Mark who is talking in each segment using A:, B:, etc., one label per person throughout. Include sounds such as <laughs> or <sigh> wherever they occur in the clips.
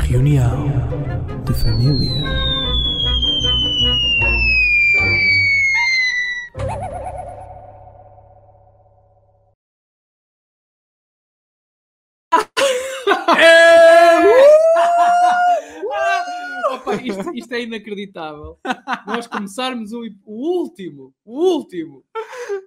A: Reunião.
B: de família.
C: Opa, isto, isto é inacreditável. Nós começarmos o, o último, o último.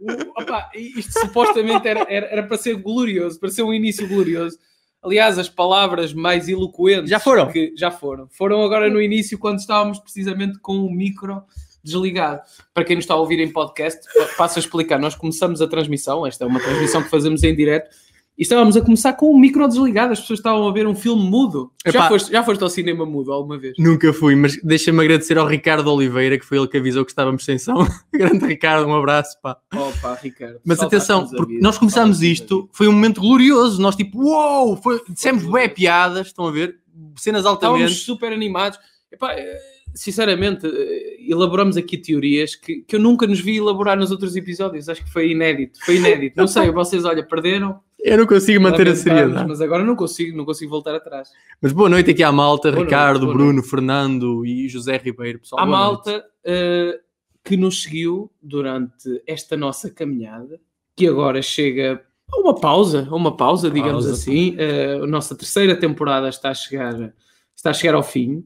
C: O, opa, isto supostamente era, era, era para ser glorioso, para ser um início glorioso. Aliás, as palavras mais eloquentes
B: Já foram?
C: que já foram. Foram agora no início quando estávamos precisamente com o micro desligado. Para quem nos está a ouvir em podcast, pa- passo a explicar. Nós começamos a transmissão, esta é uma transmissão que fazemos em direto. E estávamos a começar com o micro desligado, as pessoas estavam a ver um filme mudo. Já
D: Epá.
C: foste, já foste ao cinema mudo alguma vez?
D: Nunca fui, mas deixa-me agradecer ao Ricardo Oliveira, que foi ele que avisou que estávamos sem som. <laughs> Grande Ricardo, um abraço, pá.
C: Opa, Ricardo.
D: Mas
C: saudades
D: atenção,
C: da
D: porque
C: vida,
D: nós começámos
C: saudades da vida.
D: isto, foi um momento glorioso. Nós, tipo, uou, foi, dissemos bué piadas, estão a ver? Cenas
C: Estávamos
D: altamente.
C: super animados. Epá, eh, sinceramente, eh, elaboramos aqui teorias que, que eu nunca nos vi elaborar nos outros episódios. Acho que foi inédito. Foi inédito. Não
D: <laughs>
C: sei, vocês, olha, perderam.
D: Eu não consigo manter a
C: lamentaram-nos,
D: seriedade.
C: Mas agora não consigo, não consigo voltar atrás.
D: Mas boa noite aqui à malta,
C: Boa noite,
D: Ricardo,
C: boa
D: Bruno, Fernando e José Ribeiro, pessoal.
C: Há
D: boa noite.
C: malta eh, que nos seguiu durante esta nossa caminhada, que agora chega a uma pausa, a uma pausa, digamos
D: Pausa.
C: assim. Eh, a nossa terceira temporada está a chegar, está a chegar ao fim.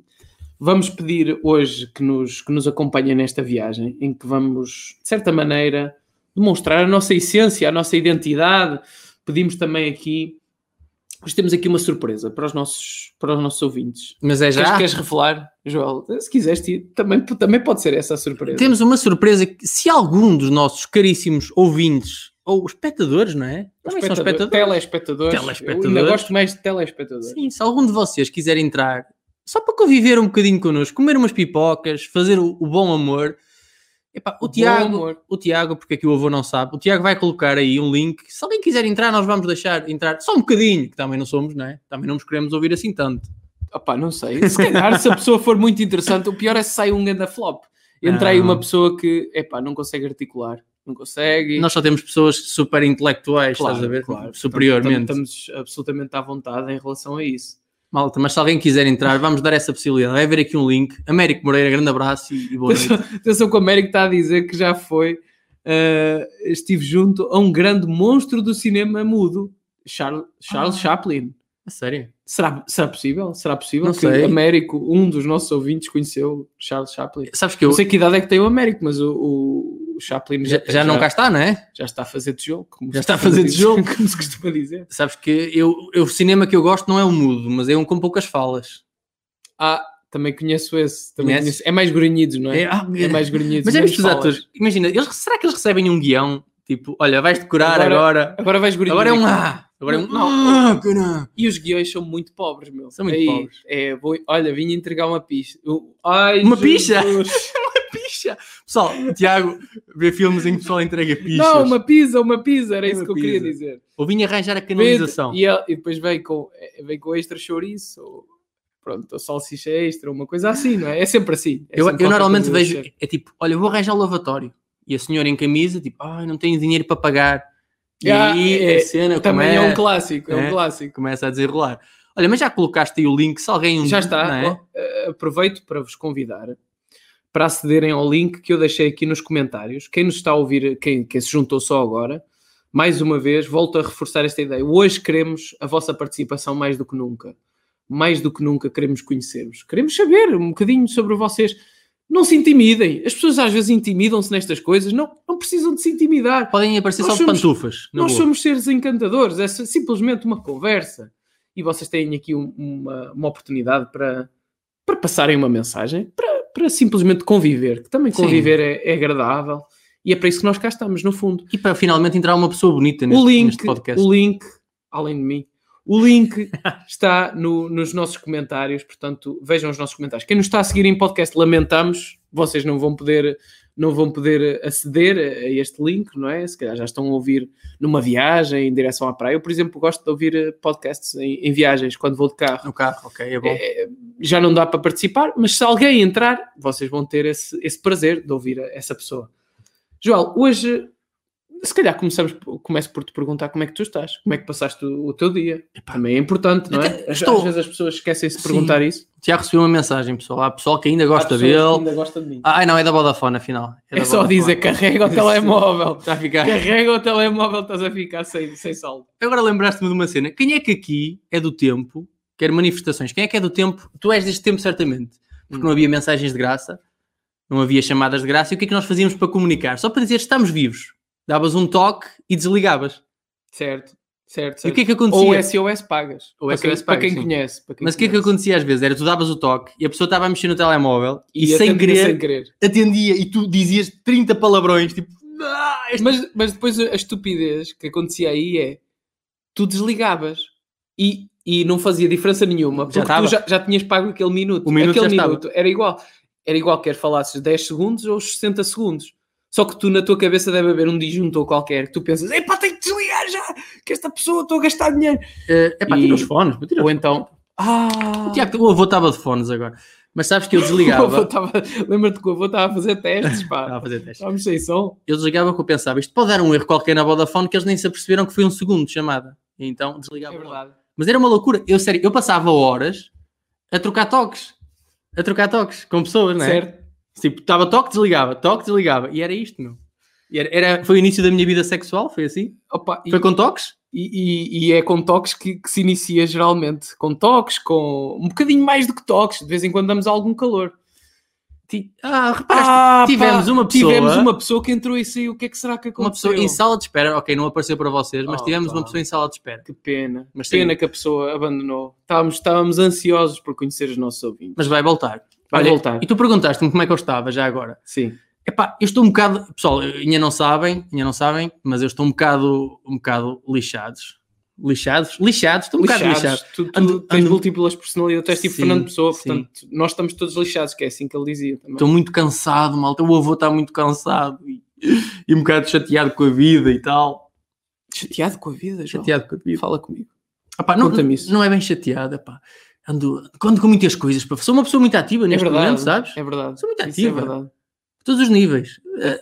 C: Vamos pedir hoje que nos, que nos acompanhem nesta viagem, em que vamos, de certa maneira, demonstrar a nossa essência, a nossa identidade. Pedimos também aqui. Hoje temos aqui uma surpresa para os nossos, para os nossos ouvintes.
D: Mas é
C: Queres,
D: já.
C: queres revelar, Joel? Se quiseres, ti- também, também pode ser essa a surpresa.
D: Temos uma surpresa que, se algum dos nossos caríssimos ouvintes ou espectadores, não é?
C: Os
D: Também são espectadores.
C: Telespectadores.
D: Telespectadores.
C: Eu ainda gosto mais de telespectadores.
D: Sim, se algum de vocês quiser entrar, só para conviver um bocadinho connosco, comer umas pipocas, fazer o, o bom amor. Epá, o
C: Bom
D: Tiago,
C: amor.
D: o Tiago, porque aqui o avô não sabe, o Tiago vai colocar aí um link. Se alguém quiser entrar, nós vamos deixar entrar só um bocadinho, que também não somos, não é? Também não nos queremos ouvir assim tanto.
C: Opá, não sei. Se calhar, se a pessoa for muito interessante, o pior é se sai um ganda flop. Entra aí
D: Não.
C: uma pessoa que, epá, não consegue articular. Não consegue.
D: Nós só temos pessoas super intelectuais,
C: Claro,
D: estás a ver?
C: claro.
D: Superiormente.
C: Estamos, estamos absolutamente à vontade em relação a isso.
D: Malta, mas se alguém quiser entrar, vamos dar essa possibilidade. Vai haver aqui um link. Américo Moreira, grande abraço e, e boa noite.
C: Atenção, atenção que o Américo está a dizer que já foi. eh, estive junto a um grande monstro do cinema mudo, Charles,
D: Ah.
C: Charles Chaplin.
D: A sério?
C: Será, será possível? Será possível
D: Não
C: que
D: sei.
C: Américo, um dos nossos ouvintes, conheceu Charles Chaplin?
D: Sabes que eu
C: Não sei que idade é que tem o Américo, mas o, o Chaplin
D: já,
C: já,
D: já não cá está, não é?
C: já está a fazer tijolo. como
D: Já
C: se
D: está a
C: costuma
D: fazer
C: dizer- <laughs>
D: tijolo.
C: como se costuma dizer.
D: Sabes que eu, eu- o cinema que eu gosto não é o mudo, mas é um com poucas falas.
C: Ah, também conheço esse. Também
D: Conheces?
C: conheço. É mais grunhido, não é?
D: É, ah,
C: É, mais grunhido.
D: mas é
C: menos
D: visto os
C: falas.
D: atores. Imagina, eles, será que eles recebem um guião? Tipo, olha, vais decorar
C: Agora-
D: agora.
C: Agora vais grunhido.
D: Agora, é um ah, agora é um
C: Não,
D: ah, caralho.
C: E os guiões são muito pobres, meu.
D: São muito
C: Aí,
D: pobres.
C: É, vou- olha, vim entregar uma picha. Eu- Ai,
D: Uma
C: Jesus.
D: picha? <laughs> Picha! Pessoal, o Tiago vê filmes em que o pessoal entrega pichas.
C: Não, uma pizza, uma pizza, era
D: Uma
C: isso que eu
D: pizza.
C: queria dizer.
D: Ou vim arranjar a canalização.
C: E, é ele- e depois vem com, eh, vem com extra chouriço, ou, pronto, ou salsicha extra, uma coisa assim, não é? É sempre assim. É
D: Eu,
C: sempre
D: eu normalmente
C: qualquer coisa
D: vejo, é tipo, olha, vou arranjar o lavatório. E a senhora em camisa, tipo, ai, não tenho dinheiro para pagar. E
C: Ah,
D: aí
C: é-
D: a cena
C: Também é um
D: começa-
C: clássico, é, um
D: É.
C: clássico.
D: começa a desenrolar. Olha, mas já colocaste aí o link, se alguém... um-
C: Já está.
D: não é?
C: Eh, Aproveito para vos convidar para acederem ao link que eu deixei aqui nos comentários. Quem nos está a ouvir, quem, quem se juntou só agora, mais uma vez, volto a reforçar esta ideia. Hoje queremos a vossa participação mais do que nunca. Mais do que nunca queremos conhecer-vos. Queremos saber um bocadinho sobre vocês. Não se intimidem. As pessoas às vezes intimidam-se nestas coisas. Não, não precisam de se intimidar.
D: Podem aparecer
C: Nós
D: só de
C: somos-
D: pantufas. na
C: Nós
D: boa.
C: somos seres encantadores, é si- simplesmente uma conversa. E vocês têm aqui um- uma, uma oportunidade para, para passarem uma mensagem, para, para simplesmente conviver, que também
D: Sim.
C: conviver é, é agradável. E é para isso que nós cá estamos, no fundo.
D: E para finalmente entrar uma pessoa bonita neste,
C: o, link,
D: neste podcast.
C: o link, além de mim, O
D: <laughs>
C: link está no- nos nossos comentários, portanto, vejam os nossos comentários. Quem nos está a seguir em podcast, lamentamos, vocês não vão poder, não vão poder aceder a este link, não é? Se calhar já estão a ouvir numa viagem em direção à praia. Eu, por exemplo, gosto de ouvir eh, podcasts em, em viagens, quando vou de carro.
D: No carro, ok, é bom.
C: Eh, já não dá para participar, mas se alguém entrar, vocês vão ter esse, esse prazer de ouvir a- essa pessoa. Joel, hoje, se calhar começamos, começo por te perguntar como é que tu estás, como é que passaste o, o teu dia. Também é importante, não é?
D: até
C: Às-
D: estou-
C: Às vezes as pessoas esquecem-se de
D: Sim.
C: perguntar isso.
D: Tiago recebeu uma mensagem, pessoal. Há pessoal que ainda gosta
C: Há pessoas que
D: dele.
C: ainda gosta de mim.
D: Ai, não, é da Vodafone, afinal.
C: é
D: da
C: só
D: Vodafone.
C: dizer, carrega o telemóvel.
D: Está a ficar.
C: Carrega o telemóvel, estás a ficar sem, sem saldo.
D: Agora lembraste-me de uma cena. Quem é que aqui é do tempo, quer manifestações, quem é que é do tempo? Tu és deste tempo, certamente. Porque não
C: Hum.
D: havia mensagens de graça, não havia chamadas de graça. E o que é que nós fazíamos para comunicar? Só para dizer estamos vivos. Davas um toque e desligavas.
C: Certo, certo,
D: E o
C: certo.
D: que é que acontecia?
C: Ou SOS pagas.
D: Ou
C: para quem-
D: SOS
C: para
D: pagas,
C: quem
D: sim.
C: conhece. para quem
D: Mas o que é que
C: conhece.
D: acontecia às vezes? Era tu davas o toque e a pessoa estava a mexer no telemóvel e, sem,
C: atendia
D: querer,
C: sem querer.
D: atendia e tu dizias 30 palavrões, tipo, "Ah, este
C: Mas, mas depois a estupidez que acontecia aí é tu desligavas e, e não fazia diferença nenhuma, porque
D: Já
C: tu
D: estava.
C: já, já tinhas pago aquele minuto.
D: O minuto
C: aquele
D: já estava.
C: minuto era igual. Era igual quer falasses 10 segundos ou 60 segundos. Só que tu na tua cabeça deve haver um disjuntor qualquer que tu pensas, epá, tenho que desligar já, que esta pessoa estou a gastar dinheiro.
D: Eh, epá, tira
C: E-
D: os fones. pô, Tira os
C: Ou então, ah,
D: fones. Tiago, o avô estava de fones agora. Mas sabes que
C: <laughs>
D: eu <laughs>
C: o avô
D: desligava.
C: estava- lembra-te que o avô estava a fazer testes, pá.
D: Estava a fazer teste.
C: Estávamos sem som.
D: Eu desligava porque eu pensava, isto pode dar um erro qualquer na Vodafone que eles nem se aperceberam que foi um segundo de chamada. E então desligava.
C: É verdade.
D: Mas era uma loucura. Eu, sério, eu passava horas a trocar toques. A trocar toques com pessoas, não é?
C: Certo?
D: Tipo, estava toque, desligava, toque, desligava. E era isto, meu. E era, era- foi o início da minha vida sexual, foi assim?
C: Opa, e-
D: Foi com toques?
C: E, e- e é com toques que, que se inicia geralmente. Com toques, com um bocadinho mais do que toques. De vez em quando damos algum calor.
D: Ti- Ah, reparaste, tivemos uma pessoa-
C: Tivemos uma pessoa que entrou e saiu. O que é que será que
D: uma
C: aconteceu?
D: pessoa em sala de espera, ok, não apareceu para vocês, mas
C: Oh,
D: tivemos uma
C: pá.
D: pessoa em sala de espera.
C: Que pena.
D: Mas
C: pena
D: sim.
C: que a pessoa abandonou. Estávamos, estávamos ansiosos por conhecer os nossos ouvintes.
D: Mas vai voltar.
C: Vai
D: Olha,
C: voltar.
D: E tu perguntaste-me como é que eu estava já agora.
C: Sim.
D: Epá, eu estou um bocado, pessoal, ainda não sabem, ainda não sabem, mas eu estou um bocado, um bocado lixados. Lixados? Lixados, estou um bocado
C: lixados.
D: lixado.
C: Tu, tu
D: Ando-
C: tens
D: ando-
C: múltiplas personalidades. Tu és tipo
D: Sim,
C: Fernando Pessoa.
D: sim.
C: Portanto, nós estamos todos lixados. Que é assim que ele dizia também.
D: Estou muito cansado, malta. O avô está muito cansado e, e um bocado chateado com a vida e tal.
C: chateado com a vida, João.
D: Chateado com a vida.
C: Fala comigo.
D: Epá, não,
C: Conta-me isso.
D: não é bem chateado, epá. Ando, ando com muitas coisas, pá. Sou uma pessoa muito ativa
C: É
D: neste
C: verdade.
D: momento, sabes?
C: É verdade.
D: Sou muito
C: Isso
D: ativa.
C: É verdade.
D: A todos os níveis. Eh,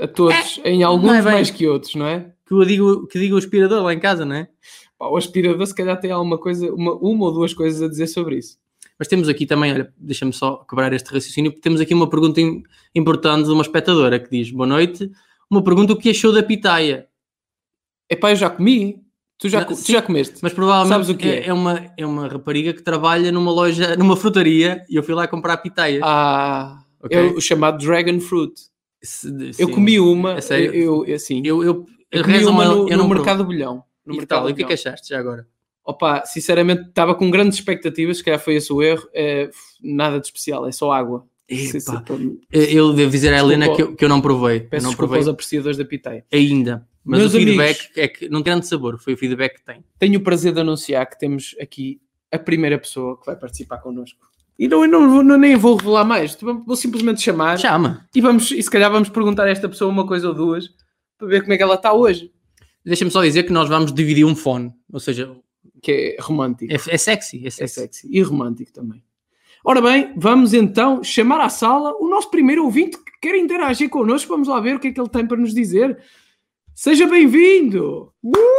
C: A todos. Em alguns
D: não é bem-
C: mais que outros, não é?
D: que eu digo, que digo o aspirador lá em casa, não é?
C: Pá, o aspirador se calhar tem alguma coisa, uma, uma ou duas coisas a dizer sobre isso.
D: Mas temos aqui também, olha, deixa-me só quebrar este raciocínio, porque temos aqui uma pergunta im- importante de uma espectadora que diz: Boa noite. Uma pergunta: o que achou da pitaia?
C: É pá, eu já comi. Tu já,
D: Não,
C: co- tu
D: sim.
C: já comeste.
D: Mas provavelmente
C: Sabes o que é?
D: é, uma, é uma rapariga que trabalha numa loja, numa frutaria, e eu fui lá comprar pitaias.
C: Ah,
D: Ok.
C: é o chamado Dragon Fruit.
D: Se-
C: Eu
D: sim.
C: comi uma.
D: É sério?
C: Eu, eu, assim, eu,
D: Eu, eu,
C: comi
D: reza
C: uma
D: uma-
C: no,
D: eu
C: no
D: não
C: Mercado Bolhão. No
D: provo. E
C: mercado
D: tal, e o que é que
C: Bolhão.
D: achaste já agora?
C: Opa, sinceramente, estava com grandes expectativas. Se calhar foi esse o erro. É, f- nada de especial, é só água. Se- se-
D: Epá,
C: pa-
D: eu devo dizer à Helena
C: Desculpa.
D: que eu, que eu não provei. eu
C: Peço
D: não
C: desculpa
D: provei
C: aos apreciadores da Pitei.
D: ainda. Mas
C: Meus
D: o feedback é que não tem grande sabor, foi o feedback que tem.
C: Tenho o prazer de anunciar que temos aqui a primeira pessoa que vai participar connosco. E não, eu não, vou- não- nem vou revelar mais. Tipo, Vou vou simplesmente chamar.
D: Chama.
C: E, vamos, e se calhar vamos perguntar a esta pessoa uma coisa ou duas para ver como é que ela está hoje.
D: Deixa-me só dizer que nós vamos dividir um fone. Ou seja,
C: Que é romântico.
D: é, é sexy, é
C: É
D: sexy.
C: sexy. E romântico também. Ora bem, vamos então chamar à sala o nosso primeiro ouvinte que quer interagir connosco. Vamos lá ver o que é que ele tem para nos dizer. Seja bem-vindo!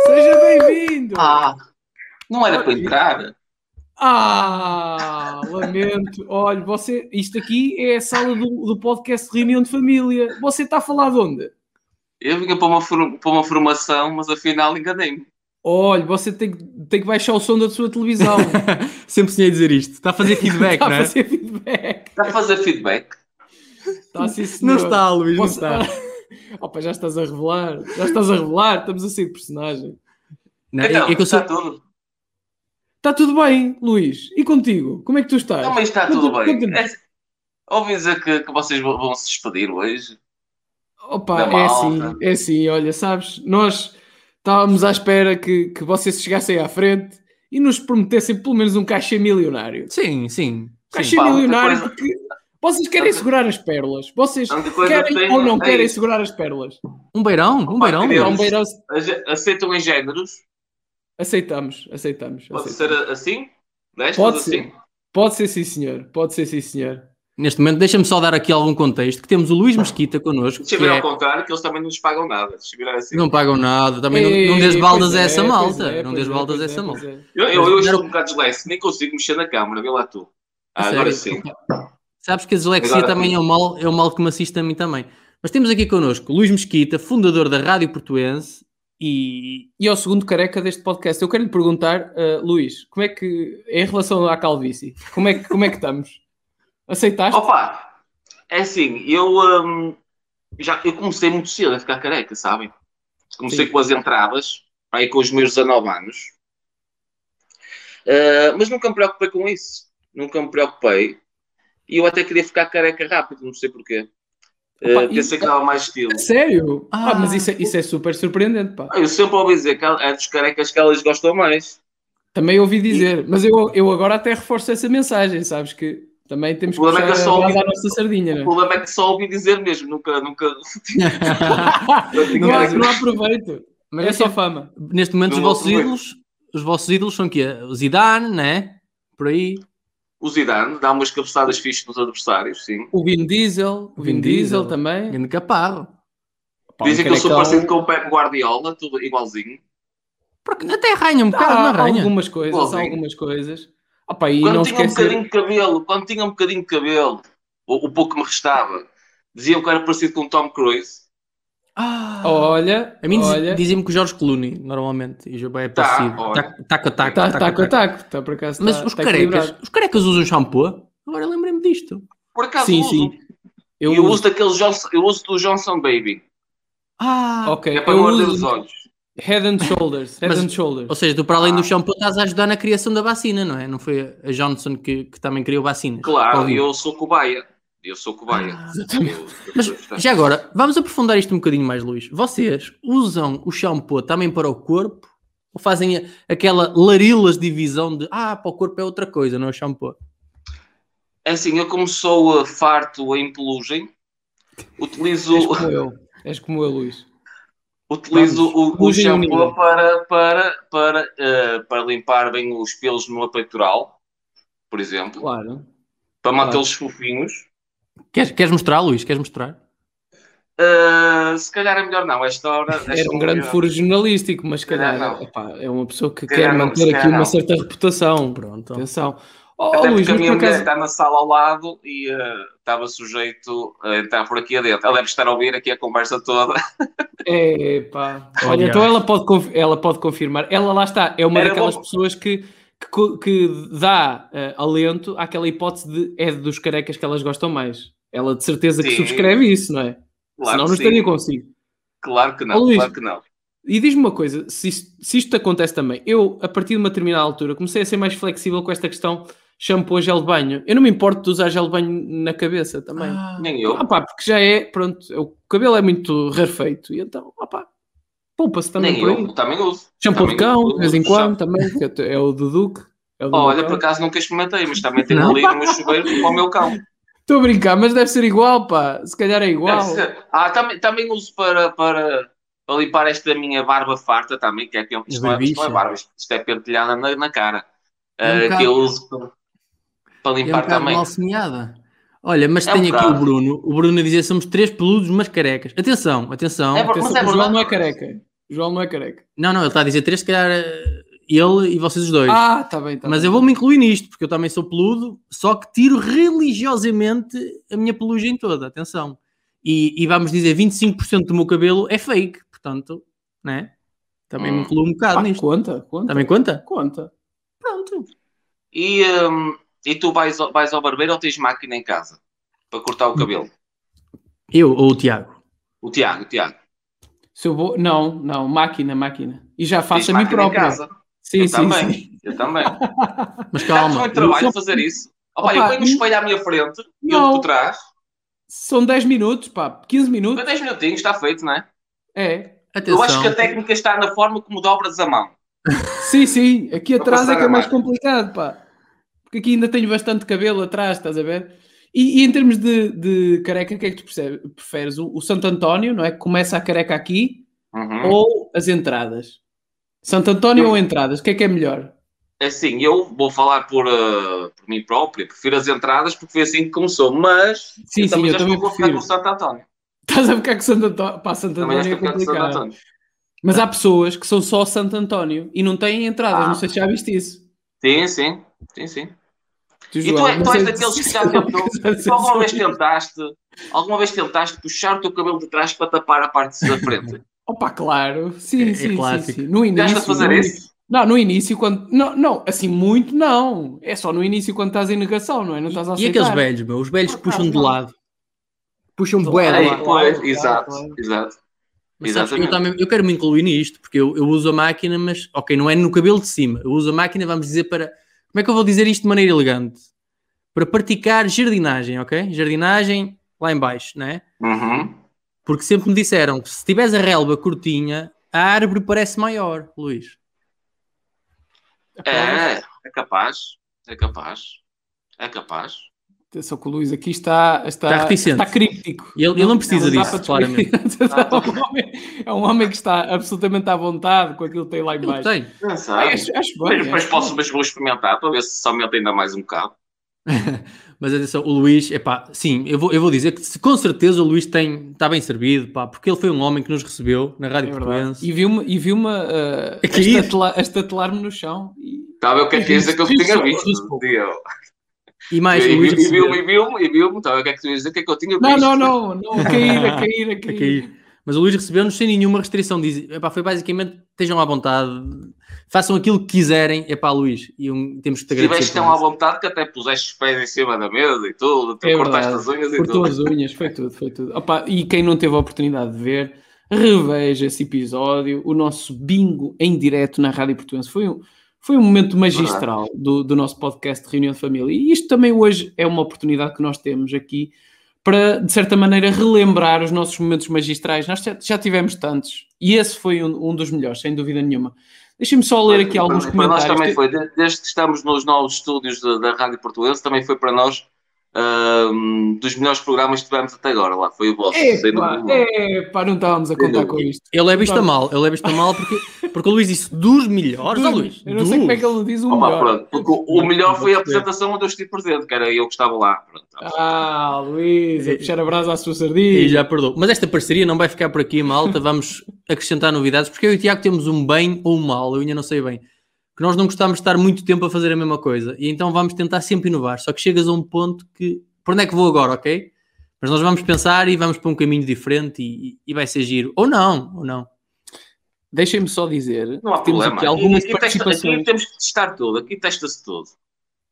C: Seja bem-vindo!
E: Ah, não era para entrar?
C: Ah, lamento. Olha, você, isto aqui é a sala do, do podcast de Reunião de Família. Você está a falar de onde?
E: Eu vinha para uma, for- para uma formação, mas afinal enganei-me.
C: Olha, você tem, que- tem que baixar o som da sua televisão.
D: Sempre sonhei dizer isto. Está a fazer feedback,
C: <laughs> Está
D: não
C: a
D: <laughs> é?
C: fazer feedback.
E: Está a fazer feedback?
C: Está sim, senhor.
D: Não está, Luís, não
C: Você-
D: está.
C: <laughs> Opa, já estás a revelar. Já estás a revelar. Estamos a sair de personagem.
D: Não, é-
E: Então,
D: é que eu sou-
C: tá
E: está tudo.
C: Está tudo bem, Luís? E contigo? Como é que tu estás?
E: Também está
C: Conta-
E: tudo bem.
C: conta-nos.
E: É- Ouvi dizer que, que vocês vão vão se despedir hoje.
C: Opa,
E: Da
C: é
E: malta.
C: assim, é assim, olha, sabes, nós Estávamos à espera que, que vocês chegassem à frente e nos prometessem pelo menos um cachê milionário.
D: Sim, sim.
C: Cachê
E: pá, outra
C: milionário
E: coisa-
C: porque vocês querem segurar as pérolas. Vocês
E: A única coisa que
C: querem
E: tem
C: ou não
E: é
C: querem
E: isso. É
C: segurar as pérolas.
D: Um beirão? Um
E: Opa,
D: beirão?
E: queria-
C: Então, Beirão,
E: Ace- Aceitam em géneros?
C: aceitamos, aceitamos.
E: Pode
C: aceitamos.
E: ser assim? Destas
C: Pode
E: assim?
C: ser. Pode ser sim, senhor. Pode ser sim, senhor.
D: Neste momento, deixa-me só dar aqui algum contexto, que temos o Luís Mesquita connosco, que
E: Deixa eu ver
D: é-
E: ao contrário, que eles também não nos pagam nada. Deixa eu virar assim.
D: não pagam nada, também não, não
C: Ei,
D: desbaldas
C: pois é,
D: essa
C: pois
D: malta,
C: é,
D: não
C: pois é,
D: desbaldas
C: pois é,
D: essa
C: pois
D: malta.
C: é.
E: Eu, eu, eu
D: Mas
E: estou
D: era-
E: um bocado desleixo, nem consigo mexer na câmara, vê lá tu. Ah,
D: A
E: agora
D: sério.
E: sim.
D: Sabes que a dislexia
E: Agora-
D: também é um, mal, é um mal que me assiste a mim também. Mas temos aqui connosco Luís Mesquita, fundador da Rádio Portuense e...
C: E ao segundo careca deste podcast, eu quero lhe perguntar, ah, Luís, como é que, em relação à calvície, como é que, como é que estamos?
E: Oh,
C: Aceitaste?
E: Opa, é assim, eu, hum, já, eu comecei muito cedo a ficar careca, sabem? Comecei
C: Sim.
E: com as entradas, aí com os meus 19 anos. Ah, mas nunca me preocupei com isso. Nunca me preocupei. E eu até queria ficar careca rápido, não sei porquê.
C: Opa,
E: Ah, pensei
C: e-
E: que dava mais estilo.
C: Sério?
D: Ah.
C: Ah, mas isso é, isso é super surpreendente, pá.
E: Ah, Eu sempre ouvi dizer que é dos carecas que elas gostam mais.
C: Também ouvi dizer, mas eu, eu agora até reforço essa mensagem, sabes que também temos que
E: O problema é
C: puxar a
E: que eu só ouvi-
C: brasa à nossa sardinha,
E: O
C: né?
E: problema é que só ouvi dizer mesmo,
C: <laughs>
E: nunca, nunca.
C: não, é há, não há proveito,
D: Mas
C: é,
D: é
C: só
D: só-
C: fama.
D: Neste momento os
E: Não
D: vossos
E: aproveito.
D: ídolos, os vossos ídolos são o quê? O Zidane, né? Por aí.
E: O Zidane dá umas cabeçadas fixas nos adversários, sim.
C: O Vin Diesel, o Vin,
D: Vin
C: Diesel,
D: Diesel.
C: também.
D: Grande caparro.
C: Pá, um
E: Dizem que eu sou
C: carecão.
E: parecido com o Pep Guardiola, tudo igualzinho.
D: Porque até arranha um bocado,
C: Ah, Há
D: não arranha?
C: algumas coisas, há
E: Igualzinho.
C: algumas coisas. Ah, pá, e
E: quando
C: não
E: tinha
C: esquecer...
E: um bocadinho de cabelo, quando tinha um bocadinho de cabelo, o, o pouco que me restava, diziam que era parecido com o Tom Cruise.
D: Ah,
C: Olha,
D: a mim diz-
C: olha,
D: dizem-me que o Jorge Clooney, normalmente, e o Gilberto é
E: Tá,
D: parecido.
E: olha.
D: Taco, taco,
C: tá,
D: taco, taco,
C: tá com
D: taco.
C: ataque, tá por acaso.
D: Mas
C: tá-
D: os
C: tá
D: carecas,
C: equilibrado.
D: os carecas usam shampoo? Agora lembrei-me disto.
E: Por acaso
C: Sim,
E: uso.
C: sim.
E: Eu,
C: Eu,
E: uso,
C: uso.
E: daqueles Johnson, eu uso do Johnson Baby.
D: Ah,
C: Ok,
E: É para
C: eu
E: morder os
C: uso
E: olhos.
C: Head and Shoulders. Head
D: Mas-
C: and Shoulders.
D: Ou seja, tu para além do
E: Ah.
D: shampoo estás a ajudar na criação da vacina, não é? Não foi a Johnson que, que também criou vacinas.
E: Claro,
D: Covid.
E: eu sou cobaia. Eu sou cobaia.
D: Ah,
E: Eu-
D: Mas
E: eu-
D: já agora, vamos aprofundar isto um bocadinho mais, Luís. Vocês usam o shampoo também para o corpo? Ou fazem a- aquela larilas divisão de ah, para o corpo é outra coisa, não é o shampoo?
E: É assim, eu como sou uh, farto em pelugem, utilizo,
C: És como eu. És como eu, Luís.
E: utilizo
C: Vamos,
E: o, o
C: pelugem
E: shampoo
C: unida.
E: para, para, para, uh, para limpar bem os pelos no meu peitoral, por exemplo,
C: Claro.
E: para
C: claro.
E: mantê-los fofinhos.
D: Queres, queres mostrar, Luís? Queres mostrar?
E: Uh, se calhar é melhor não, esta hora.
C: Era um grande
E: furo.
C: furo jornalístico, mas se
E: Calhar
C: calhar
E: não.
C: epá, é uma pessoa que
E: Se
C: quer
E: calhar não, se
C: manter aqui
E: calhar
C: uma
E: não. Então.
C: certa reputação.
D: Pronto.
C: Atenção. Oh,
E: Até
C: Luís,
E: porque a
C: mas
E: minha
C: por
E: mulher
C: acaso.
E: está na sala ao lado e uh, estava sujeito a entrar por aqui adentro. Ela deve estar a ouvir aqui a conversa toda. <laughs> tá-
C: Epá.
D: Olha.
C: Olha, então ela pode, conf- ela pode confirmar. Ela lá está, é uma
E: Era
C: daquelas
E: bom.
C: pessoas que, que, co- que dá eh, alento àquela hipótese de é dos carecas que elas gostam mais. Ela de certeza que
E: Sim.
C: subscreve isso, não é?
E: Claro
C: Senão
E: que
C: não
E: sim.
C: estaria consigo.
E: Claro que não,
C: Ó, Luís.
E: claro que não.
C: E diz-me uma coisa, se isto, se isto te acontece também, eu, a partir de uma determinada altura, comecei a ser mais flexível com esta questão shampoo, gel de banho. Eu não me importo de usar gel de banho na cabeça também. Ah,
E: Nem eu.
C: pá, porque já é, pronto, o cabelo é muito rarefeito, e então, ah pá, poupa-se também
E: nem
C: por
E: eu.
C: aí.
E: Também uso.
C: Shampoo
E: Também
C: de cão, de vez em
E: uso.
C: quando, também, que é t- é o do Duque. É o do
E: Olha,
C: meu
E: por
C: cão.
E: acaso nunca experimentei, mas também tenho
D: Não?
E: ali
C: <laughs>
E: no meu chuveiro para o meu cão.
C: Estou a brincar, mas deve ser igual, pá. Se calhar é igual.
E: Deve ser. Ah, também, também uso para, para, para limpar esta minha barba farta também, que é que isto, não é, isto não
D: Barbicha.
E: é barba, isto isto é pentelhada na, na cara.
D: É um
E: Ah,
D: bocado-
E: que eu uso para, para
D: É um
E: limpar
D: bocado
E: também.
D: mal semeada. Olha, mas
E: É um
D: tem aqui o
E: bocado.
D: Bruno. O Bruno a dizer somos três peludos, mas carecas. Atenção, atenção.
E: É verdade.
C: Atenção,
E: mas é
C: o João
E: verdade.
C: não é careca. O João não é careca.
D: Não, não, ele está a dizer três, se calhar eh, ele e vocês os dois.
C: Ah, está
E: Tá
C: bem, está
D: Mas
C: bem.
D: eu vou-me incluir nisto, porque eu também sou peludo, só que tiro religiosamente a minha pelugem toda, atenção. E, e vamos dizer, 25% do meu cabelo é fake, portanto, né? Também me
E: Hum.
D: incluo um bocado
C: Ah,
D: nisto.
C: conta, conta.
D: Também conta?
C: Conta.
D: Pronto.
E: E, hum, e tu vais, ao- vais ao barbeiro ou tens máquina em casa para cortar o cabelo?
D: Eu ou o Tiago?
E: O Tiago, o Tiago.
C: Se eu vou... Não, não, máquina, máquina. E já
E: Tens
C: faço a mim
E: máquina em
C: própria.
E: casa.
C: Sim,
E: eu
C: sim,
E: também,
C: sim.
D: <laughs>
E: eu também. <laughs>
D: Mas
E: Dá te
D: calma.
E: muito trabalho
D: eu-
E: fazer isso. Opa, eu
C: Opa,
E: ponho o espelho à minha frente e
C: não.
E: eu por trás.
C: São 10 minutos, pá. 15
E: Foi
C: minutos.
E: 10 minutinhos, está feito, não é?
C: É.
D: Atenção.
E: Eu acho que a técnica está na forma como dobras a mão.
C: Sim, sim, aqui
E: Vou
C: atrás é
E: passar
C: que é
E: a
C: mais
E: máquina.
C: complicado, pá. Porque aqui ainda tenho bastante cabelo atrás, estás a ver? E, e em termos de, de careca, o que é que tu percebe- preferes? O, o Santo António, não é? Que começa a careca aqui
E: Uhum.
C: ou as entradas? Santo António ou entradas? O que é que é melhor? <laughs>
E: É Assim, eu vou falar por, eh, por mim próprio, prefiro as entradas porque foi assim que começou, mas
C: Sim, sim, eu
E: já
C: também
E: estou a ficar
C: prefiro.
E: com o Santo António.
C: Estás a ficar com Santo António? Pá, Santo
E: Também
C: António
E: já estou
C: é
E: a ficar com o Santo
C: complicado.
E: António.
C: Mas há pessoas que são só Santo António e não têm entradas,
E: Ah.
C: não sei se já viste isso.
E: Sim, sim, sim, sim.
C: Tu,
E: E tu, é- tu és daqueles que já tentou.
C: <laughs>
E: Tu alguma vez tentaste, alguma vez tentaste puxar o teu cabelo de trás para tapar a parte da
C: <laughs>
E: frente?
C: Opa, claro. Sim,
D: É- é
C: sim, sim,
D: clássico.
C: sim. No
E: Estás
C: início.
E: a fazer
C: no
E: isso?
C: Não, no início, quando. Não, não, assim, muito não. É só no início quando estás em negação, não é? Não estás a
D: E
C: aceitar.
D: aqueles velhos, meu? Os
E: Ah,
D: velhos que
E: tá,
D: puxam de lado. Puxam bué de
E: Aí,
D: lado.
E: pois,
C: claro,
E: exato,
C: claro.
E: exato.
D: Mas sabes que eu,
E: Exatamente.
D: também, eu quero me incluir nisto, porque eu, eu uso a máquina, mas ok, não é no cabelo de cima. Eu uso a máquina, vamos dizer, para. Como é que eu vou dizer isto de maneira elegante? Para praticar jardinagem, ok? Jardinagem lá em baixo, né?
E: Uhum.
D: Porque sempre me disseram que se tiveres a relva curtinha, a árvore parece maior, Luís.
E: É, é capaz, é capaz, é capaz.
C: Só que o Luís aqui está. Está,
D: Está reticente.
C: está críptico.
D: E ele- ele não precisa
C: dá
D: disso,
C: para <laughs> discutir. é, um homem, é um homem que está absolutamente à vontade com aquilo que tem lá em
D: Eu que
C: baixo.
D: tenho.
E: Não sabe.
C: Acho, acho bem.
E: Mas depois
C: acho
E: posso, mas vou experimentar para ver se só me ainda mais um bocado.
D: Mas atenção, o Luís, epá, sim, eu vou, eu vou dizer que se- com certeza o Luís tem, está bem servido, pá, porque ele foi um homem que nos recebeu na
C: bem,
D: Rádio
C: é verdade.
D: Portuense.
C: E viu-me e viu a,
D: A cair.
C: estatela- a estatelar-me no chão. E,
E: Estava eu que é que dizer que eu tinha visto.
D: Isso.
E: Deu.
D: E
E: E
D: mais, o Luís
E: viu-me, e
D: recebeu-
E: viu-me, e viu-me, e viu-me. Estava eu que é que tu ias dizer que é que eu tinha visto.
C: Não, não, não, não, a cair, a cair, a
D: a
C: cair.
D: cair. é Mas o Luís recebeu-nos sem nenhuma restrição. Diz, epá, foi basicamente, estejam à vontade, façam aquilo que quiserem. Epá, Luís, e um- temos que te agradecer.
E: Estiveste tão
D: por
E: à
D: isso.
E: vontade que até puseste os pés em cima da mesa e tudo, tu
C: É
E: cortaste
C: verdade.
E: as unhas e
C: Cortou
E: tudo.
C: as unhas, foi tudo, foi tudo. Opa, e quem não teve a oportunidade de ver, reveja esse episódio. O nosso bingo em direto na Rádio Portuense foi um, foi um momento magistral do, do nosso podcast de Reunião de Família. E isto também hoje é uma oportunidade que nós temos aqui para, de certa maneira, relembrar os nossos momentos magistrais. Nós já, já tivemos tantos e esse foi um, um dos melhores, sem dúvida nenhuma. Deixem-me só ler aqui alguns
E: para, para nós
C: comentários.
E: também foi, de- desde que estamos nos novos estúdios da, da Rádio Portuense, também foi para nós ahm, dos melhores programas que tivemos até agora lá. Foi o vosso. sem dúvida
C: Epá,
E: nenhuma.
C: epá, não estávamos a contar com isto.
D: Ele leva isto a
C: Claro.
D: mal, ele leva isto a mal porque, porque o Luís disse dos melhores, ó Luís.
C: Eu não sei
D: dos.
C: como é que ele diz o
E: Opa,
C: melhor. É,
E: pronto, porque o- o melhor foi a apresentação onde eu estive presente, que era eu que estava lá. Pronto, tá.
C: Ah, Luís, a puxar a brasa à sua sardinha.
D: E já perdoou. Mas esta parceria não vai ficar por aqui, <laughs> malta. Vamos acrescentar novidades, porque eu e o Tiago temos um bem ou um mal, eu ainda não sei bem. Que nós não gostamos de estar muito tempo a fazer a mesma coisa. E então vamos tentar sempre inovar. Só que chegas a um ponto que. Por onde é que vou agora, ok? Mas nós vamos pensar e vamos para um caminho diferente e, e vai ser giro. Ou não, ou não.
C: Deixem-me só dizer
E: Não há
C: que temos
E: problema.
C: aqui algumas
E: aqui, testa-
C: participações.
E: aqui temos que testar tudo, aqui testa-se tudo.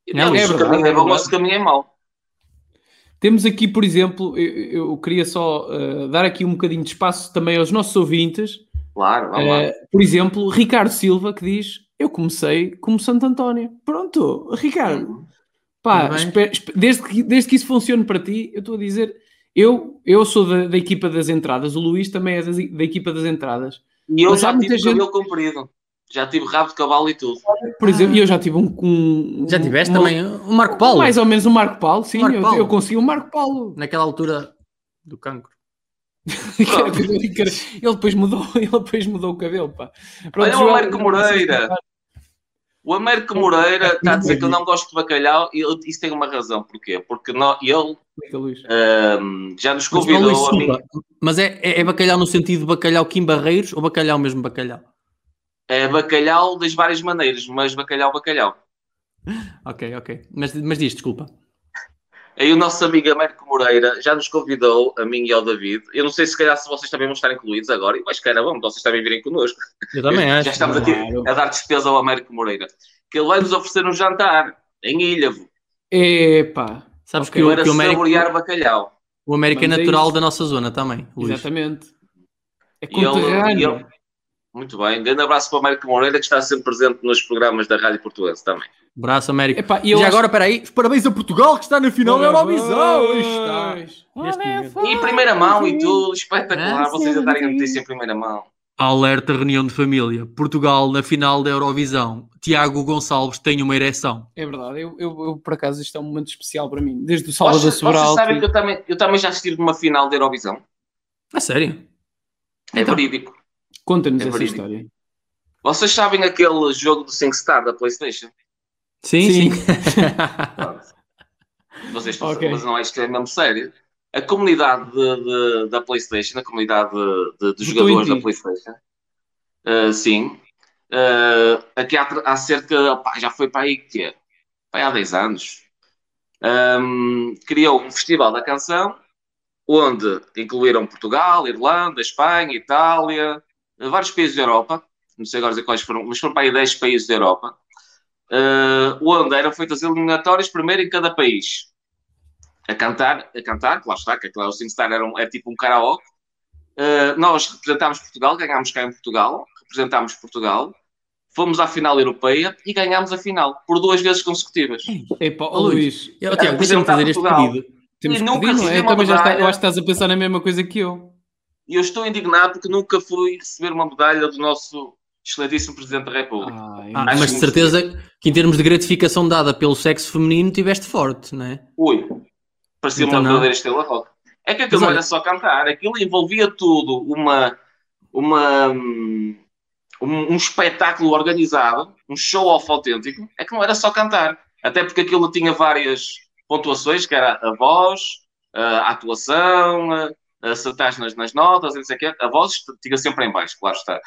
E: E
D: Não,
E: temos
D: é
E: o
C: verdade,
E: caminho
C: é
E: é bom, mas
C: verdade.
E: o caminho é mau.
C: Temos aqui, por exemplo, eu, eu queria só eh, dar aqui um bocadinho de espaço também aos nossos ouvintes.
E: Claro, vamos lá.
C: Eh, por exemplo, Ricardo Silva, que diz: Eu comecei como Santo António. Pronto, Ricardo,
E: Hum.
C: pá,
D: Tudo bem.
C: espe- espe- desde, que, desde que isso funcione para ti, eu estou a dizer: Eu, eu sou da, da equipa das entradas, o Luís também é das- da equipa das entradas.
E: E eu
C: Mas há
E: já
C: muita
E: tive
C: gente-
E: cabelo comprido. Já tive rabo de cavalo e tudo.
C: Por exemplo, eu já tive um. um
D: Já tiveste
C: um-
D: também o Marco Paulo,
C: Mais ou menos o Marco Paulo, sim,
D: Marco
C: eu,
D: Paulo.
C: eu consegui o Marco Paulo. <laughs>
D: naquela altura do cancro.
C: ele, depois mudou, <laughs> ele depois mudou o cabelo, pá. Pronto,
E: Olha o
C: João,
E: Américo Moreira. O Américo
C: É,
E: Moreira está a dizer que eu não gosto de bacalhau e ele- isso tem uma razão. Porquê? Porque nó- ele
C: Explica, Luís.
E: ahm, já nos
D: Mas, ó, Luís
E: convidou a mim.
D: Silva, mas é, é, é bacalhau no sentido de bacalhau Kim Barreiros ou bacalhau mesmo bacalhau?
E: É bacalhau das várias maneiras, mas bacalhau, bacalhau.
D: Ok, ok. Mas, mas diz, desculpa.
E: Aí o nosso amigo Américo Moreira já nos convidou, a mim e ao David. Eu não sei se calhar se vocês também vão estar incluídos agora, mas cara, vamos, vocês também virem connosco.
D: Eu também acho.
E: já estamos aqui a dar despesa ao Américo Moreira. Que ele vai nos oferecer um jantar em Ilhavo
C: Epá,
D: Sabes
C: Ok.
D: que, o-
E: para
D: que o América,
E: saborear bacalhau.
D: o América é
C: Vamos a
D: natural
C: isso.
D: da nossa zona também, Luís.
C: exatamente. É
E: E ele- e
C: conterrâneo.
E: ele- Muito bem, um grande abraço para o Américo Moreira que está sempre presente nos programas da Rádio Portuguesa também.
D: Braço América.
C: Epá, e
D: E
C: eu
D: já
C: acho- é
D: agora, peraí, os parabéns a Portugal que está na final da Eurovisão.
C: Parabéns.
D: Aí está. Neste momento.
E: E em primeira mão e tudo, espetacular,
D: Ah,
E: vocês a darem a notícia em primeira mão.
D: Alerta reunião de família. Portugal na final da Eurovisão. Tiago Gonçalves tem uma ereção.
C: É verdade, eu, eu- eu, por acaso isto é um momento especial para mim. Desde o Salvador
E: Vocês, vocês
C: Sobral.
E: sabem
C: que-
E: que eu também, eu também já assisti numa final da Eurovisão.
D: A sério?
E: É
D: Então.
E: verídico.
C: Conta-nos
E: É
C: essa
E: verídico.
C: história.
E: Vocês sabem aquele jogo do SingStar da Playstation?
D: Sim, sim.
C: Sim.
E: Pronto. Vocês estão
C: Ok.
E: mas não é isto é mesmo sério. A comunidade de- de- da PlayStation, a comunidade de, de- de
C: Votou em
E: jogadores
C: ti.
E: da PlayStation, ah, sim, Ah, aqui há, tr- há cerca, pá, já foi para aí que é, Pá, há 10 anos, Ahm, criou um festival da canção onde incluíram Portugal, Irlanda, Espanha, Itália, vários países da Europa, não sei agora dizer quais foram, mas foram para aí 10 países da Europa, eh, onde eram feitas eliminatórias primeiro em cada país. A cantar, a cantar, que lá está, que claro, o SingStar era um, é tipo um karaoke. Eh, nós representámos Portugal, ganhámos cá em Portugal, representámos Portugal, fomos à final europeia e ganhámos a final, por duas vezes consecutivas.
C: Epá, ó,
D: Ó,
C: Luís,
D: <laughs> Eu, Tiago, deixa-me
E: representar
D: fazer este
E: Portugal.
D: pedido.
C: temos
E: E
C: que
E: nunca
C: pedir, não é?
E: recebi uma
C: Também já está-
E: medalha.
C: eu acho que estás a pensar na mesma coisa que eu.
E: E eu estou indignado porque nunca fui receber uma medalha do nosso excelentíssimo Presidente da República.
C: Ai,
D: Ah,
E: Acho
D: mas de
E: que-
D: certeza que em termos de gratificação dada pelo sexo feminino tiveste forte, não é?
E: Ui, parecia
D: Então
E: uma
D: não.
E: verdadeira estrela rock. É que aquilo
D: Mas
E: não
D: olha-
E: era só cantar, aquilo envolvia tudo, uma, uma, hum, um, um espetáculo organizado, um show-off autêntico, é que não era só cantar. Até porque aquilo tinha várias pontuações, que era a voz, a atuação, a- a acertar nas, nas notas, e não sei o quê. A voz tinha sempre em baixo, claro está.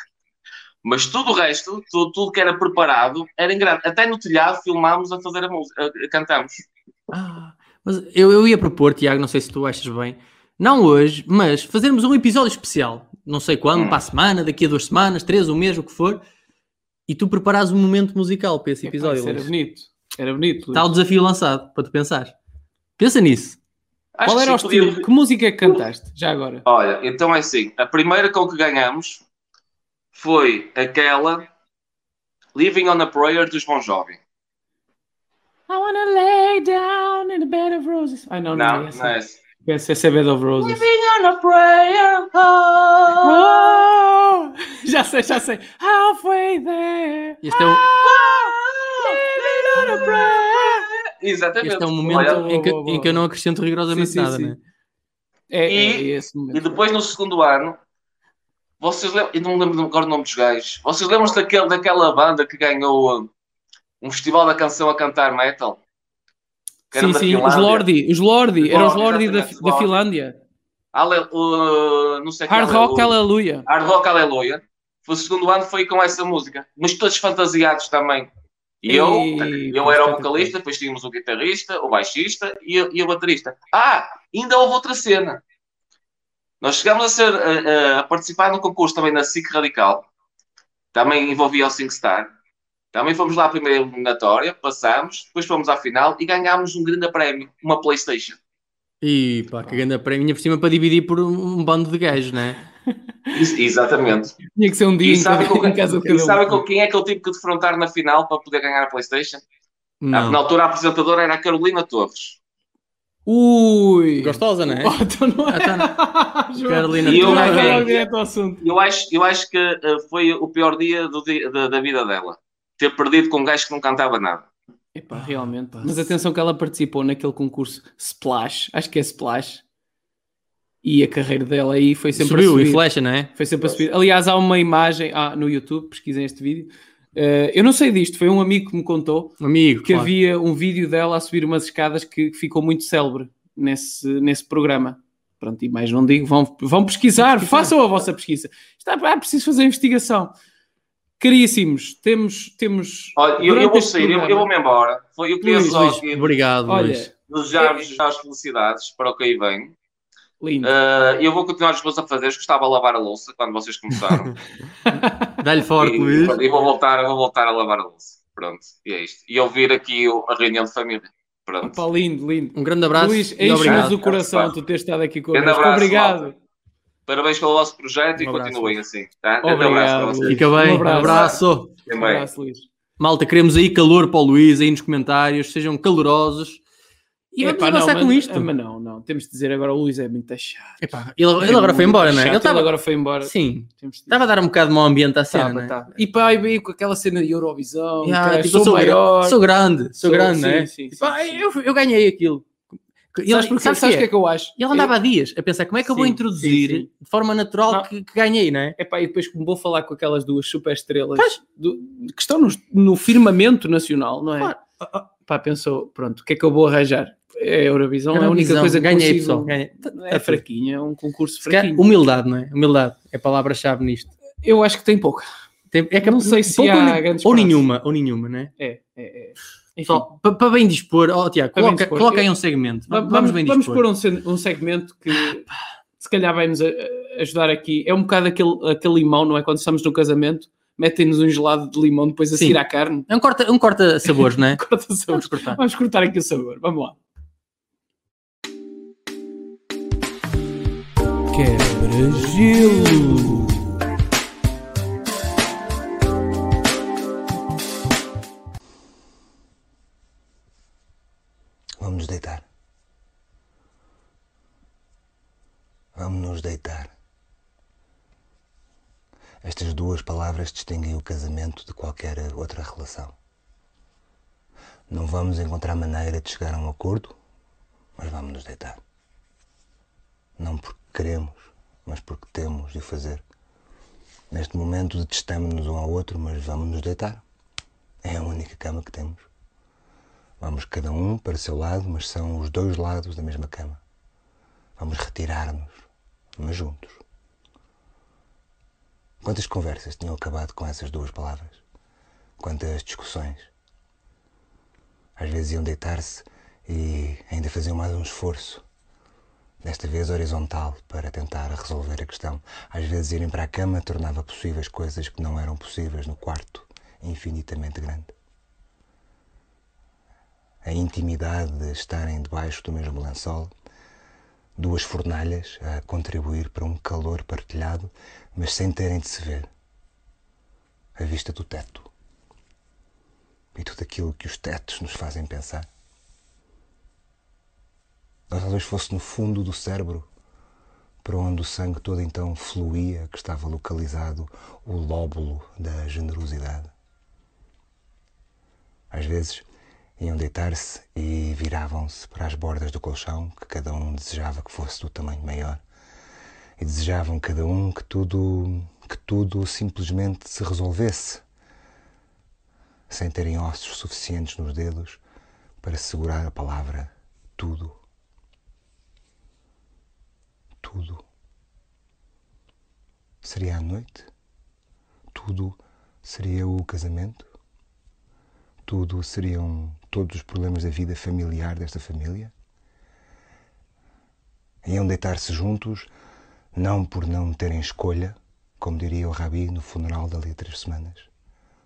E: Mas tudo o resto, tudo, tudo que era preparado, era engraçado. Até no telhado filmámos a fazer a música, a- a cantarmos.
D: Ah, mas eu, eu ia propor, Tiago, não sei se tu achas bem, não hoje, mas fazermos um episódio especial, não sei quando,
E: Hum.
D: para a semana, daqui a duas semanas, três, um mês, o que for, e tu preparares um momento musical para esse
C: Epá,
D: episódio.
C: isso era
D: Luís.
C: bonito. Era bonito. Luís.
D: Está o desafio lançado, para tu pensar. Pensa nisso.
E: Acho
C: Qual
E: que
C: era o
E: sim,
C: estilo?
E: podia-
C: Que música é que cantaste? Já agora.
E: Olha, então é assim. A primeira com que ganhamos foi aquela Living on a Prayer dos Bon Jovi.
C: I wanna lay down in a bed of roses. Ai não, não,
E: Não,
C: é
E: não
C: essa.
E: é essa.
C: Essa, essa é Bed of Roses.
E: Living on a Prayer. oh.
C: Oh, <laughs> já sei, já sei. Halfway there.
D: Este é um,
C: Ah, Living on a prayer.
E: Exatamente.
D: este é um momento
E: Olha,
D: em, que,
C: boa, boa.
D: em que eu não acrescento rigorosamente
C: Sim, sim,
D: nada,
C: sim.
D: né?
C: É, é,
E: E-
C: é esse momento.
E: E depois no segundo ano, vocês lembram. Eu não lembro agora o nome dos gajos. Vocês lembram-se daquele, daquela banda que ganhou uh, um festival da canção a cantar metal? Que era
C: sim,
E: da
C: sim, os
E: Finlândia.
C: Lordi, os Lordi,
E: Os
C: era os
E: Lordi,
C: Lordi da,
E: exatamente, os
C: da
E: Lordi.
C: Finlândia.
E: Ale, uh, não sei que
C: Hard Rock
E: aleluia.
C: Aleluia.
E: Hard Rock Aleluia. O segundo ano foi com essa música, mas todos fantasiados também. E eu,
C: Ei,
E: eu
C: pois,
E: era o
C: tá, tá,
E: vocalista, depois tínhamos o guitarrista, o baixista e, e o baterista. Ah, ainda houve outra cena. Nós chegámos a, ser, a, a- a participar no concurso também na SIC Radical. Também envolvia o SingStar. Também fomos lá à primeira eliminatória, passámos, depois fomos à final e ganhámos um grande prémio, uma Playstation.
D: E pá, que grande prémio, ainda por cima para dividir por um, um bando de gajos, não
C: Ah,
D: é?
E: Ex- Exatamente.
C: Tinha que ser um dia
E: E
C: em
E: sabem
C: cada-
E: com,
C: <laughs> em casa de
E: quem, e sabem
C: cada um.
E: com quem é que eu tive que defrontar na final para poder ganhar a Playstation? Na
D: Não.
E: altura a apresentadora era a Carolina Torres.
C: Ui!
D: Gostosa,
C: <laughs>
D: não é?
C: Oh, então não é.
D: Ah, tá,
C: João, é
D: Carolina,
E: E
C: tu
E: né? eu-
C: vais
D: Tiago.
C: logo direto ao assunto.
E: Eu acho, eu acho que eh, foi o pior dia do di- da, da vida dela. Ter perdido com um gajo que não cantava nada.
C: Epá,
D: Ah,
C: realmente. Mas atenção que ela participou naquele concurso Splash, acho que é Splash, e a carreira dela aí foi sempre a
D: Subiu
C: subir.
D: e flecha, não é?
C: Foi sempre a subir. Aliás, há uma imagem ah, no YouTube, pesquisem este vídeo. Eh, eu não sei disto, foi um amigo que me contou
D: Amigo,
C: que
D: claro.
C: havia um vídeo dela a subir umas escadas que ficou muito célebre nesse, nesse programa. Pronto, e mais não digo, vão, vão pesquisar, façam a vossa pesquisa. Está, ah, preciso fazer a investigação. Caríssimos, temos. temos
E: Olha, eu, eu
C: durante
E: vou
C: este
E: sair, eu, eu
C: programa-
E: vou-me embora. Foi- Eu queria
C: Luís, É.
E: só
D: Luís,
E: aqui
D: obrigado,
C: Olha,
D: Luís.
E: desejar-vos as felicidades para o que aí vem.
C: lindo.
D: Ah,
E: Eh, eu vou continuar os meus a fazer, gostava de lavar a louça quando
C: <laughs>
E: vocês começaram.
D: Dá-lhe forte,
E: e,
D: Luís.
E: e vou voltar, vou voltar a lavar a louça. Pronto, e é isto. E ouvir aqui o- a reunião de família. Pronto.
C: Pá, lindo, lindo.
D: Um grande abraço
C: Luís,
D: e
C: enche-nos
D: obrigado.
C: o coração
E: Obrigado.
C: tu ter estado aqui
E: Grande
C: connosco.
E: abraço,
C: obrigado.
E: malta. Parabéns pelo vosso projeto e
D: Um abraço.
E: continuem assim. Tá? Grande abraço para
C: Obrigado.
E: vocês.
D: Fica bem.
C: Um abraço.
D: abraço.
C: Um
E: Também.
C: abraço, Luís.
D: Malta, queremos aí calor para o Luís, aí nos comentários. Sejam calorosos. E vamos
C: Epá,
D: avançar
C: não,
D: com
C: mas-
D: isto.
C: ah, Mas não, não. Temos de dizer agora o Luís é muito chato.
D: Epá, ele, ele
C: É
D: agora foi
C: muito
D: embora, não é?
C: chato,
D: Ele estava
C: agora foi embora.
D: Sim,
C: Temos de dizer.
D: estava a dar um bocado de mau ambiente à cena,
C: Tava,
D: não é?
C: tava. E pá, e veio com aquela cena de Eurovisão,
D: Ah,
C: caralho,
D: tipo,
C: sou, maior.
D: Sou grande, sou, grande,
C: sim,
D: né?
C: sim,
D: Tipo,
C: sim,
D: ah,
C: sim.
D: Eu, eu ganhei aquilo. Ele,
C: sabes porque, sabes o que é que eu acho?
D: Ele andava há dias a pensar como é que eu vou
C: Sim,
D: introduzir
C: sim, sim.
D: de forma
C: Não.
D: natural que, que ganhei, não é?
C: É pá, e depois como vou falar com aquelas duas super estrelas
D: Pois.
C: que estão no, no firmamento nacional, não é?
D: Claro. Ah,
C: Pá, pensou, pronto, o que é que eu vou arranjar? É a Eurovisão, é a única
D: Visão,
C: coisa que
D: ganhei,
C: consigo-
D: pessoal. Ganhei.
C: É fraquinho, é um concurso
D: Se calhar,
C: fraquinho.
D: Humildade, não é? Humildade é a palavra-chave nisto.
C: Eu acho que tem pouca.
D: Tem- é que
C: Não sei se
D: pouco
C: há
D: ou ni-
C: grandes
D: ou
C: praças.
D: nenhuma, ou nenhuma, não é?
C: É, é, é. Enfim,
D: Pessoal, pa- para bem dispor, ó Tiago,
C: Para bem
D: coloca,
C: dispor.
D: coloca aí
C: Eu-
D: um segmento.
C: va-
D: Vamos, bem
C: vamos
D: dispor.
C: pôr um, sen- um segmento que se calhar vai nos a- a- ajudar aqui. É um bocado aquele, aquele limão, não é? Quando estamos no casamento, metem-nos um gelado de limão depois a
D: Sim.
C: seguir à carne. <laughs>
D: É um corta, um corta sabores, não é?
C: Corta o sabor.
D: Vamos
C: <laughs>
D: cortar.
C: Vamos cortar aqui o sabor. Vamos lá.
B: Quebra-gelo.
F: Vamos nos deitar. Vamos nos deitar. Estas duas palavras distinguem o casamento de qualquer outra relação. Não vamos encontrar maneira de chegar a um acordo, mas vamos nos deitar. Não porque queremos, mas porque temos de o fazer. Neste momento detestamos-nos um ao outro, mas vamos nos deitar. É a única cama que temos. Vamos cada um para o seu lado, mas são os dois lados da mesma cama. Vamos retirar-nos, mas juntos. Quantas conversas tinham acabado com essas duas palavras? Quantas discussões? Às vezes iam deitar-se e ainda faziam mais um esforço, desta vez horizontal, para tentar resolver a questão. Às vezes irem para a cama tornava possíveis coisas que não eram possíveis no quarto infinitamente grande a intimidade de estarem debaixo do mesmo lençol, duas fornalhas a contribuir para um calor partilhado, mas sem terem de se ver. A vista do teto e tudo aquilo que os tetos nos fazem pensar. Ou talvez fosse no fundo do cérebro, para onde o sangue todo então fluía, que estava localizado o lóbulo da generosidade. Às vezes iam deitar-se e viravam-se para as bordas do colchão que cada um desejava que fosse do tamanho maior. E desejavam cada um que tudo, que tudo simplesmente se resolvesse, sem terem ossos suficientes nos dedos para segurar a palavra tudo. Tudo. Seria a noite? Tudo seria o casamento? tudo seriam todos os problemas da vida familiar desta família? Iam deitar-se juntos, não por não terem escolha, como diria o Rabi no funeral dali a três semanas.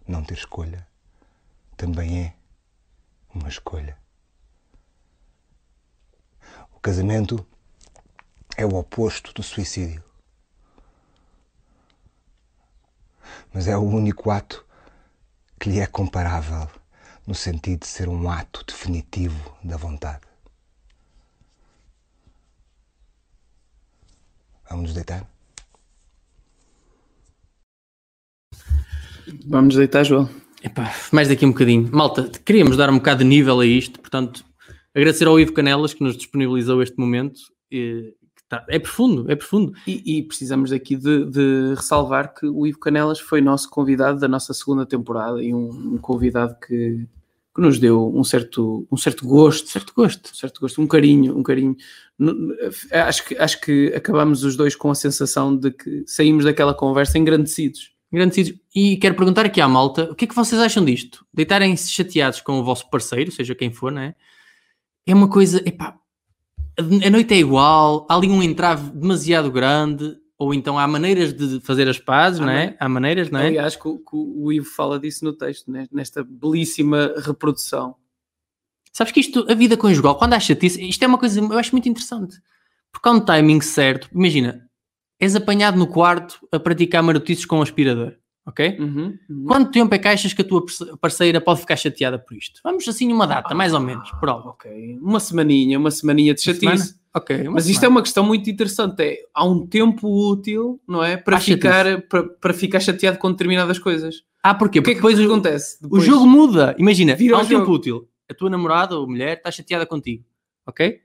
F: Não ter escolha também é uma escolha. O casamento é o oposto do suicídio. Mas é o único ato que lhe é comparável no sentido de ser um ato definitivo da vontade. Vamos nos deitar?
C: Vamos deitar, João.
D: Epá, mais daqui um bocadinho. Malta, queríamos dar um bocado de nível a isto, portanto, agradecer ao Ivo Canelas que nos disponibilizou este momento. e que tá- é profundo, é profundo.
C: E, e precisamos aqui de, de ressalvar que o Ivo Canelas foi nosso convidado da nossa segunda temporada e um, um convidado que, que nos deu um certo, um certo gosto, certo gosto, um certo gosto, um carinho, um carinho. No- no- Acho que, acho que acabamos os dois com a sensação de que saímos daquela conversa engrandecidos.
D: Agradecidos. E quero perguntar aqui à malta, o que é que vocês acham disto? Deitarem-se chateados com o vosso parceiro, seja quem for, não é? É uma coisa, epá, a a noite é igual, há ali um entrave demasiado grande, ou então há maneiras de fazer as pazes,
C: Há
D: não é?
C: mane-
D: Há maneiras, não é?
C: Aliás, que, o- que o Ivo fala disso no texto, né? nesta belíssima reprodução.
D: Sabes que isto, a vida conjugal, quando há chatice, isto é uma coisa, eu acho muito interessante. Porque há um timing certo. Imagina, és apanhado no quarto a praticar marotices com um aspirador. ok?
C: Uhum, uhum.
D: Quanto tempo é que achas que a tua parce- parceira pode ficar chateada por isto? Vamos assim uma
C: Ah,
D: data, mais ou menos, prova.
C: Ok, uma semaninha, uma semaninha de
D: Semana?
C: chatice.
D: Ok, uma
C: Mas isto é
D: semana.
C: uma questão muito interessante. É, há um tempo útil, não é? Para,
D: Há chatice.
C: ficar, para, para ficar chateado com determinadas coisas.
D: Ah, porquê?
C: O que é
D: Porque
C: que
D: depois
C: depois
D: o,
C: acontece?
D: o
C: Depois?
D: jogo muda. Imagina,
C: Vira
D: há
C: o
D: um
C: jogo.
D: tempo útil. A tua namorada ou mulher está chateada contigo, ok?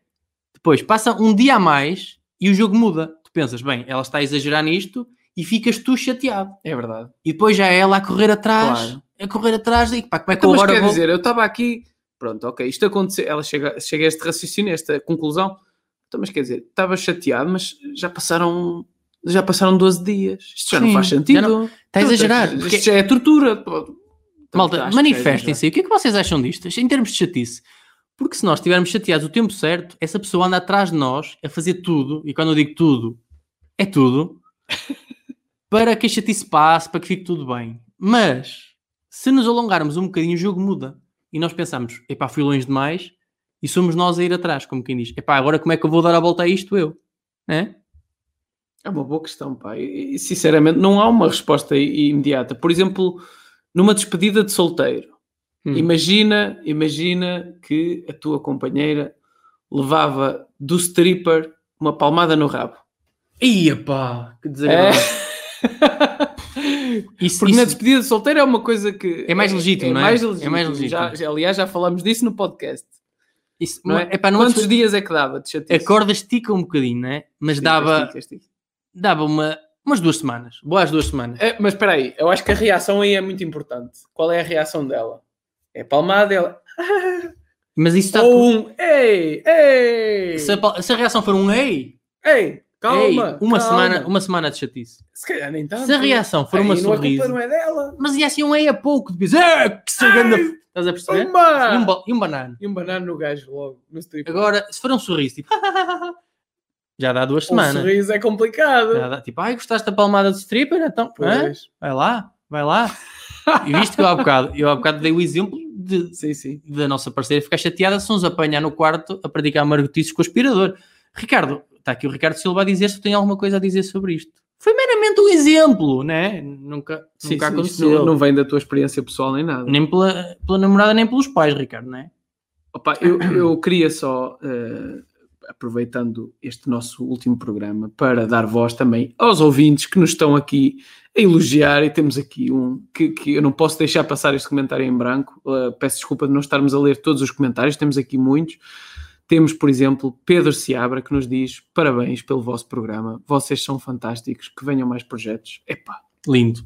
D: Depois passa um dia a mais e o jogo muda. Tu pensas, bem, ela está a exagerar nisto e ficas tu chateado.
C: É verdade.
D: E depois já é ela a correr atrás,
C: Claro.
D: a correr atrás, e pá, como é que
C: Então,
D: eu
C: mas
D: agora
C: quer
D: vou...
C: dizer, eu estava aqui. Pronto, ok, isto aconteceu. Ela chega, chega a este raciocínio, a esta conclusão. Então, mas quer dizer, estava chateado, mas já passaram. Já passaram 12 dias. Isto já não
D: Sim,
C: faz
D: já
C: sentido. Então,
D: não- Está a exagerar.
C: Isto
D: Porque-
C: já é tortura. Então,
D: Malta,
C: acho que
D: manifestem-se. aí. O que é que vocês acham disto? Em termos de chatice. Porque se nós estivermos chateados o tempo certo, essa pessoa anda atrás de nós a fazer tudo, e quando eu digo tudo,
C: <laughs>
D: é tudo, para que a chatice passe, para que fique tudo bem. Mas, se nos alongarmos um bocadinho, o jogo muda. E nós pensamos, epá, fui longe demais, e somos nós a ir atrás, como quem diz. Epá, agora como é que eu vou dar a volta a isto eu? Né?
C: É uma boa questão, pá. E, e, sinceramente, não há uma resposta i- imediata. Por exemplo, numa despedida de solteiro,
D: Hum.
C: imagina, imagina que a tua companheira levava do stripper uma palmada no rabo.
D: Ia pá, que
C: É.
D: desagradável. <laughs> Isso,
C: Porque na
D: isso,
C: despedida de solteiro é uma coisa que
D: É mais legítimo,
C: é,
D: não é?
C: mais
D: É
C: legítimo.
D: mais legítimo.
C: Já- já- aliás, já falámos disso no podcast.
D: isso,
C: Não é?
D: epá, numa
C: Quantos
D: despedida-
C: dias é que dava de chatice?
D: a corda estica um bocadinho, né? Mas
C: Estica,
D: dava,
C: estica, estica.
D: dava uma, umas duas semanas. Boas duas semanas.
C: É, mas espera aí, eu acho que a reação aí é muito importante. Qual é a reação dela? É palmada, ela.
D: Mas isso está.
C: Ou um. Ei, ei!
D: Se, a, pa- se a reação for um ei,
C: Ei, calma!
D: ei, uma,
C: calma.
D: Semana, uma semana de chatice.
C: Se calhar nem tanto.
D: se a reação for
C: Ei,
D: uma
C: não, A culpa
D: sorriso,
C: não é dela.
D: mas ia assim um ei a pouco, depois, "Ah, que saganda. Estás a perceber?
C: Uma!
D: E um, ba- e um banano.
C: E um banano no gajo logo, no strip.
D: Agora, se for um sorriso, tipo, <laughs> já dá duas
C: Um
D: semanas.
C: sorriso é complicado.
D: Já dá, tipo, ai, gostaste da palmada do stripper? Então, hã?
C: Pois.
D: vai lá,
C: <laughs>
D: vai lá. E visto que eu há bocado, eu há bocado dei o exemplo de,
C: Sim, sim.
D: da nossa parceira ficar chateada se nos apanhar no quarto a praticar margotices com o aspirador. Ricardo, está aqui o Ricardo Silva a dizer se tem alguma coisa a dizer sobre isto. Foi meramente um exemplo, né? Nunca,
C: Sim,
D: nunca
C: sim, isto
D: aconteceu.
C: Não, não vem da tua experiência pessoal nem nada.
D: Nem pela, pela namorada, nem pelos pais, Ricardo, né?
C: Opa, eu, eu queria só, eh, aproveitando este nosso último programa, para dar voz também aos ouvintes que nos estão aqui a elogiar, e temos aqui um que, que eu não posso deixar passar este comentário em branco. eh, peço desculpa de não estarmos a ler todos os comentários, temos aqui muitos. Temos, por exemplo, Pedro Seabra que nos diz: parabéns pelo vosso programa, vocês são fantásticos, que venham mais projetos. Epá,
D: Lindo.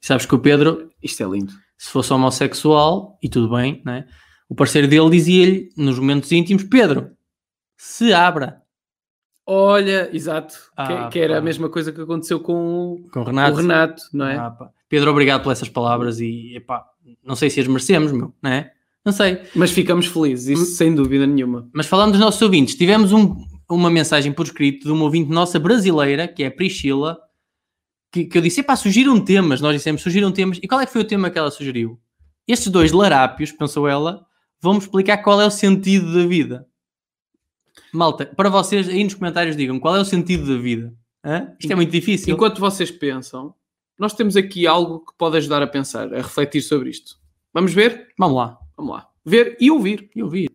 D: Sabes que o Pedro,
C: isto é lindo.
D: se fosse homossexual, e tudo bem, né? O parceiro dele dizia-lhe, nos momentos íntimos, Pedro, se abra
C: Olha, exato, que-
D: Ah,
C: que, era
D: pá.
C: a mesma coisa que aconteceu com o-
D: com o
C: o
D: Renato.
C: Renato, não é?
D: Ah, pá. Pedro, obrigado por essas palavras e, epá, não sei se as merecemos, meu, né? Não sei.
C: Mas ficamos felizes,
D: Hum?
C: isso sem dúvida nenhuma.
D: Mas falando dos nossos ouvintes, tivemos um- uma mensagem por escrito de uma ouvinte nossa brasileira, que é a Priscila, que, que eu disse: epá, sugiram temas. Nós dissemos: sugiram temas. E qual é que foi o tema que ela sugeriu? Estes dois larápios, pensou ela, vão-me explicar qual é o sentido da vida. Malta, para vocês aí nos comentários digam qual é o sentido da vida. Hã? Isto é muito difícil.
C: Enquanto vocês pensam, nós temos aqui algo que pode ajudar a pensar, a refletir sobre isto. Vamos ver?
D: Vamos lá.
C: Vamos lá. Ver e ouvir.
D: Eu vi.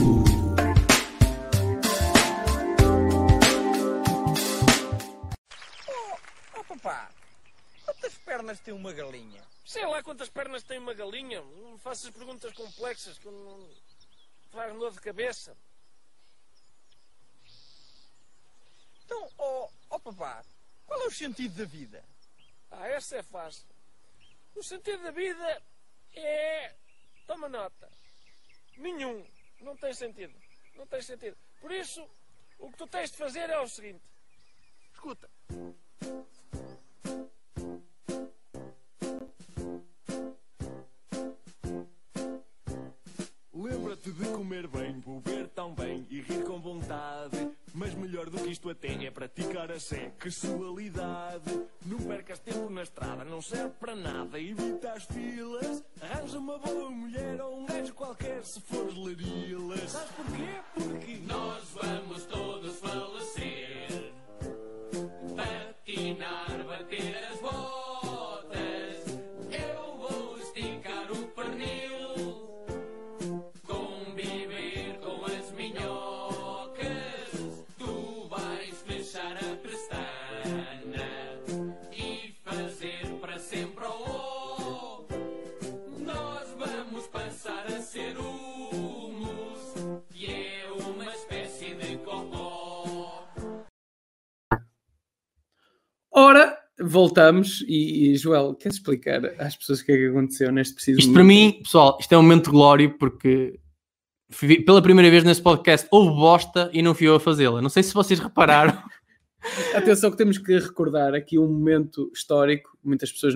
A: Quebra-gelo.
G: Oh papá, quantas pernas tem uma galinha?
H: Sei lá quantas pernas tem uma galinha. Não me faças perguntas complexas que eu não. Faz dor de cabeça.
G: Então, oh, oh papá, qual é o sentido da vida?
H: Ah, essa é fácil. O sentido da vida é. Toma nota. Nenhum. Não tem sentido. Não tem sentido. Por isso, o que tu tens de fazer é o seguinte: escuta.
G: Lembra-te de comer bem, beber tão bem e rir com vontade. Mas melhor do que isto até é praticar a sexualidade. Não percas tempo na estrada, não serve para nada. Evita as filas, arranja uma boa mulher ou um gajo qualquer se fores larilas. Sabes porquê? Porque nós vamos todos falecer.
C: Voltamos e, e, Joel, queres explicar às pessoas o que é que aconteceu neste preciso
D: Isto
C: momento?
D: para mim, pessoal, isto é um momento de glória porque fui- pela primeira vez nesse podcast houve bosta e não fui eu a fazê-la. Não sei se vocês repararam.
C: Atenção que temos que recordar aqui um momento histórico. Muitas pessoas,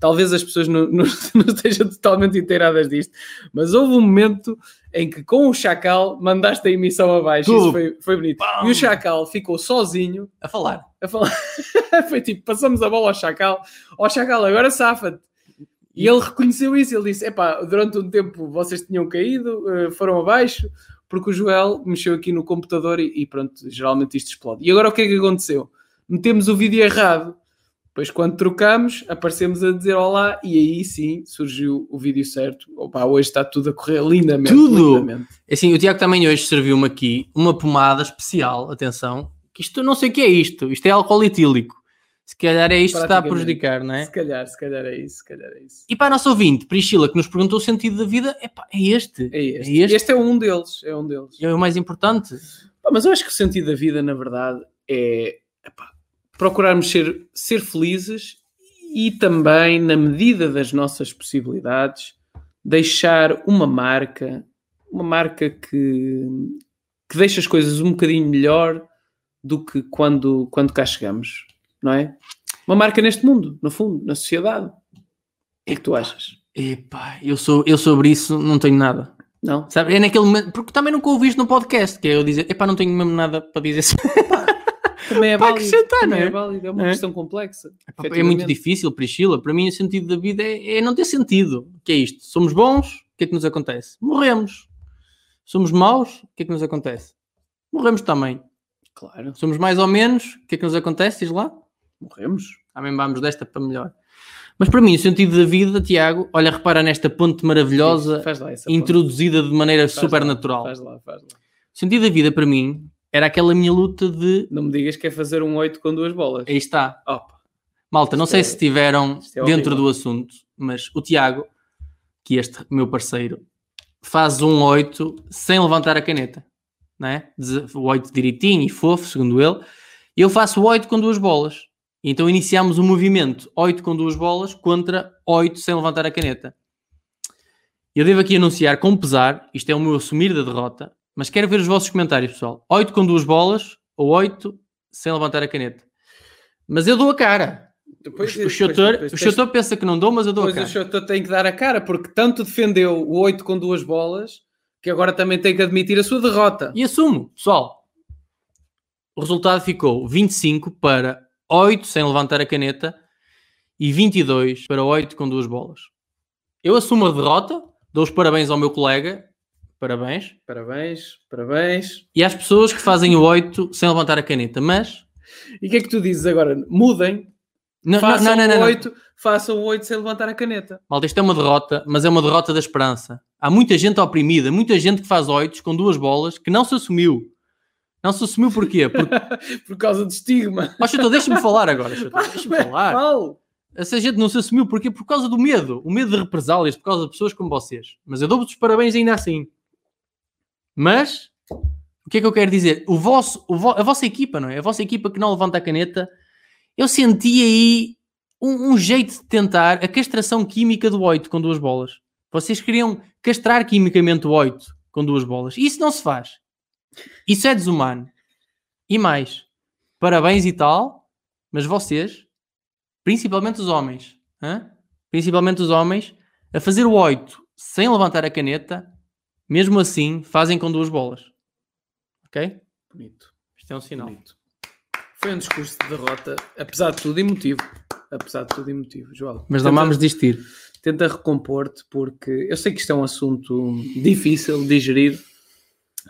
C: talvez as pessoas não, não, <laughs> não estejam totalmente inteiradas disto, mas houve um momento em que com o Chacal mandaste a emissão abaixo.
D: Tu.
C: Isso foi, foi bonito. E o Chacal ficou sozinho
D: a falar.
C: A falar. <laughs> foi tipo, passamos a bola ao Chacal. Ó Chacal, agora safa-te. E ele reconheceu isso, ele disse: Epá, durante um tempo vocês tinham caído, eh, foram abaixo, porque o Joel mexeu aqui no computador e, e pronto, geralmente isto explode. E agora o que é que aconteceu? Metemos o vídeo errado. Depois, quando trocamos, aparecemos a dizer olá, e aí sim surgiu o vídeo certo. Opa, hoje está tudo a correr lindamente.
D: Tudo!
C: lindamente.
D: Assim, o Tiago também hoje serviu-me aqui uma pomada especial, atenção, que isto eu não sei o que é isto, isto é álcool etílico. Se calhar é isto que está a
C: Praticamente.
D: prejudicar, não é?
C: Se calhar, se calhar é isso, se calhar é isso.
D: E para a nossa ouvinte, Priscila, que nos perguntou o sentido da vida, epá, é este.
C: É este.
D: É este.
C: Este é um deles, é um deles.
D: É o mais importante.
C: Pá, mas eu acho que o sentido da vida, na verdade, é epá, procurarmos ser, ser felizes e também, na medida das nossas possibilidades, deixar uma marca, uma marca que, que deixa as coisas um bocadinho melhor do que quando, quando cá chegamos, não é? Uma marca neste mundo, no fundo, na sociedade. O que é que tu achas?
D: Epá, eu, sou, eu sobre isso não tenho nada.
C: Não?
D: Sabe? É naquele momento, porque também nunca ouvi isto no podcast, que é eu dizer, epá, não tenho mesmo nada para dizer. <laughs>
C: Também é
D: Pá,
C: válido.
D: acrescentar,
C: também
D: não é?
C: é válido, é uma
D: É.
C: questão complexa.
D: É muito
C: efetivamente.
D: difícil, Priscila. Para mim, o sentido da vida é, é não ter sentido. O que é isto? Somos bons, o que é que nos acontece? Morremos. Somos maus, o que é que nos acontece? Morremos também.
C: Claro,
D: Somos mais ou menos, o que é que nos acontece? Diz lá.
C: morremos.
D: Também vamos desta para melhor. Mas para mim, o sentido da vida, Tiago, olha, repara nesta ponte maravilhosa
C: Faz lá essa ponte.
D: introduzida de maneira
C: Faz lá,
D: supernatural.
C: Faz lá, faz lá.
D: O sentido da vida, para mim, era aquela minha luta de.
C: Não me digas que é fazer um 8 com duas bolas.
D: Aí está.
C: Opa,
D: Malta, não
C: Isto
D: sei
C: é-
D: se estiveram
C: isto é
D: dentro
C: horrível.
D: do assunto, mas o Tiago, que este meu parceiro, faz um 8 sem levantar a caneta. Não é? Dez- O 8 direitinho e fofo, segundo ele. E Eu faço o 8 com duas bolas. E Então iniciámos o movimento 8 com duas bolas contra 8 sem levantar a caneta. Eu devo aqui anunciar com pesar, isto é o meu assumir da derrota, mas quero ver os vossos comentários, pessoal. 8 com duas bolas ou 8 sem levantar a caneta. Mas eu dou a cara.
C: Depois-
D: O- o
C: depois-
D: Chotor,
C: depois
D: o
C: tens-
D: Chotor pensa que não dou, mas eu dou a
C: depois
D: cara.
C: o Chotor tem que dar a cara, porque tanto defendeu o 8 com duas bolas que agora também tem que admitir a sua derrota.
D: E assumo, pessoal. O resultado ficou 25 para 8 sem levantar a caneta e 22 para 8 com duas bolas. Eu assumo a derrota, dou os parabéns ao meu colega, parabéns,
C: Parabéns, parabéns.
D: e às pessoas que fazem o 8 sem levantar a caneta, mas...
C: E o que é que tu dizes agora? Mudem,
D: Não, não,
C: façam
D: não, não,
C: o
D: não.
C: 8, façam o 8 sem levantar a caneta.
D: Malta, isto é uma derrota, mas é uma derrota da esperança. Há muita gente oprimida, muita gente que faz oitos com duas bolas que não se assumiu. Não se assumiu porquê? Porque...
C: Por causa do estigma. é
D: Ó, Chutor, deixa-me falar agora, Chutor, <laughs> Deixa-me falar.
C: Fala.
D: Essa gente não se assumiu porquê? Por causa do medo. O medo de represálias, por causa de pessoas como vocês. Mas eu dou-vos os parabéns ainda assim. Mas, o que é que eu quero dizer? O vosso, o vo- a vossa equipa, não é? A vossa equipa que não levanta a caneta. Eu senti aí um, um jeito de tentar a castração química do 8 com duas bolas. Vocês queriam castrar quimicamente o 8 com duas bolas. Isso não se faz. Isso é desumano. E mais, parabéns e tal, mas vocês, principalmente os homens, hã? principalmente os homens, a fazer o 8 sem levantar a caneta, mesmo assim fazem com duas bolas. Ok?
C: Bonito,
D: Isto é um sinal.
C: bonito. Foi um discurso de derrota, apesar de tudo, emotivo. Apesar de tudo, emotivo, João.
D: Mas não vamos desistir.
C: tenta recompor-te, porque eu sei que isto é um assunto difícil de digerir.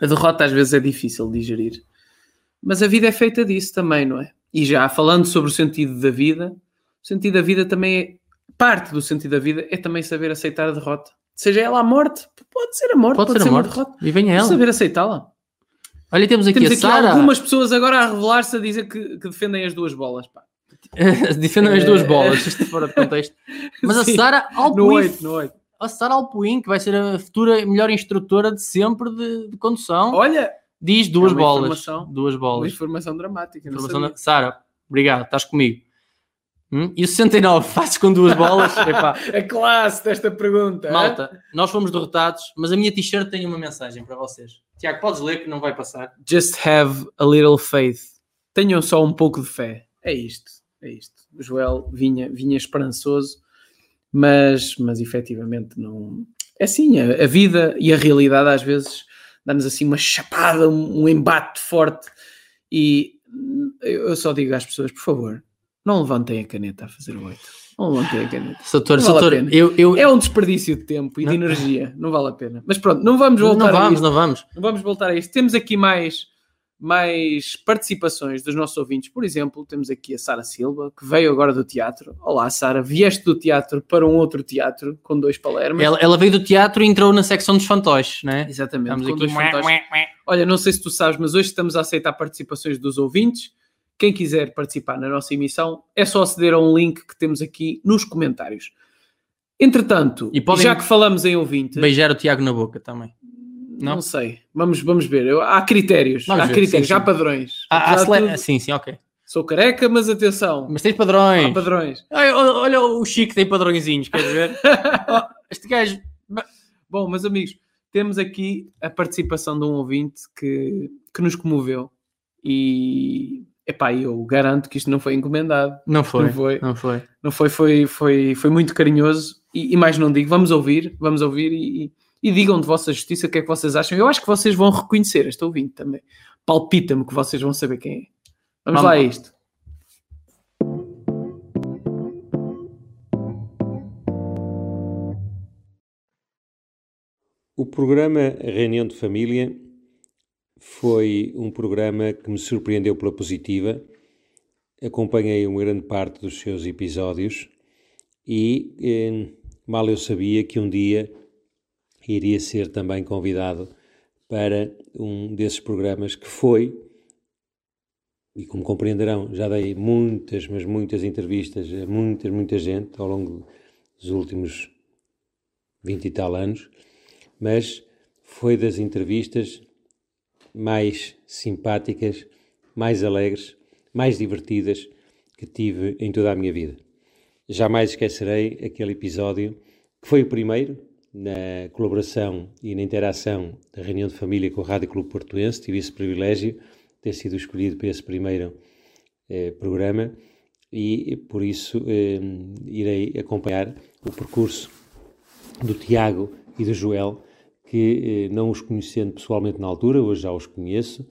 C: A derrota às vezes é difícil de digerir, mas a vida é feita disso também, não é? E já falando sobre o sentido da vida, o sentido da vida também é parte do sentido da vida é também saber aceitar a derrota, seja ela a morte, pode ser a morte,
D: Pode, ser, um a
C: uma
D: morte.
C: derrota,
D: E venha ela.
C: saber aceitá-la.
D: Olha, temos aqui
C: Temos
D: a
C: aqui
D: Sara. <laughs>
C: algumas pessoas agora a revelar-se a dizer que, que defendem as duas bolas, pá.
D: Defendam as duas
C: Eh,
D: bolas, <laughs> isto fora de contexto. Mas a
C: Sim.
D: Sara
C: No
D: Alpuin,
C: oito, no oito.
D: a Sara Alpuin, que vai ser a futura melhor instrutora de sempre de, de condução,
C: Olha,
D: diz duas
C: uma
D: bolas.
C: informação.
D: Duas
C: uma
D: bolas.
C: informação dramática. não
D: Informação
C: sabia.
D: da- Sara, obrigado, estás comigo. Hum? E o 69 <laughs> fazes com duas <laughs> bolas? Epá.
C: A classe desta
D: É?
C: pergunta.
D: Malta, nós fomos derrotados, mas a minha t-shirt tem uma mensagem para vocês. Tiago, podes ler que não vai passar.
C: Just have a little faith. Tenham só um pouco de fé. É isto, é isto. O Joel vinha, vinha esperançoso, mas, mas efetivamente não. É assim, a, a vida e a realidade às vezes dá-nos assim uma chapada, um, um embate forte. E hum, eu eu só digo às pessoas, por favor, não levantem a caneta a fazer o 8. Não levantem a caneta.
D: Sator,
C: Não vale a
D: Sator,
C: pena.
D: eu, eu
C: É um desperdício de tempo e de
D: Não.
C: energia, não vale a pena. Mas pronto, não vamos
D: não
C: voltar a
D: vamos,
C: isto.
D: não vamos.
C: Não Vamos voltar a isto. Temos aqui mais, mais participações dos nossos ouvintes. Por exemplo, temos aqui a Sara Silva, que veio agora do teatro. Olá, Sara, vieste do teatro para um outro teatro com dois palermas.
D: Ela, ela veio do teatro e entrou na secção dos fantoches, né?
C: Exatamente,
D: Estamos
C: com
D: aqui.
C: dois fantásticos. Olha, não sei se tu sabes, mas hoje estamos a aceitar participações dos ouvintes. Quem quiser participar na nossa emissão, é só aceder a um link que temos aqui nos comentários. Entretanto,
D: E podem-
C: já que falamos em ouvintes,
D: Beijar o Tiago na boca também.
C: não? sei, vamos, vamos ver. Eu- há critérios,
D: Vamos
C: há
D: ver,
C: critérios,
D: sim,
C: há
D: sim.
C: padrões.
D: Ah, ah,
C: Apesar de
D: sele-
C: tudo,
D: ah, Sim, sim, ok.
C: Sou careca, mas atenção,
D: Mas tens
C: há
D: padrões.
C: padrões.
D: Ai, o- olha, o Chico tem padrõezinhos, queres <laughs> ver? Oh, este gajo.
C: Bom, meus amigos, temos aqui a participação de um ouvinte que, que nos comoveu e epá, eu garanto que isto não foi encomendado.
D: Não foi.
C: Não foi.
D: Não foi.
C: Não foi, foi, foi, foi muito carinhoso e, e mais não digo. Vamos ouvir, vamos ouvir e, e- e digam de vossa justiça o que é que vocês acham. Eu acho que vocês vão reconhecer este ouvinte também. Palpita-me que vocês vão saber quem é. Vamos,
D: Vamos
C: lá a
D: lá.
C: isto.
I: O programa Reunião de Família foi um programa que me surpreendeu pela positiva. Acompanhei uma grande parte dos seus episódios e eh, mal eu sabia que um dia iria ser também convidado para um desses programas que foi, e como compreenderão, já dei muitas, mas muitas entrevistas a muita, muita gente ao longo dos últimos 20 e tal anos, mas foi das entrevistas mais simpáticas, mais alegres, mais divertidas que tive em toda a minha vida. Jamais esquecerei aquele episódio que foi o primeiro na colaboração e na interação da reunião de família com o Rádio Clube Portuense. Tive esse privilégio de ter sido escolhido para esse primeiro eh, programa e, por isso, eh, irei acompanhar o percurso do Tiago e do Joel, que eh, não os conhecendo pessoalmente na altura, hoje já os conheço,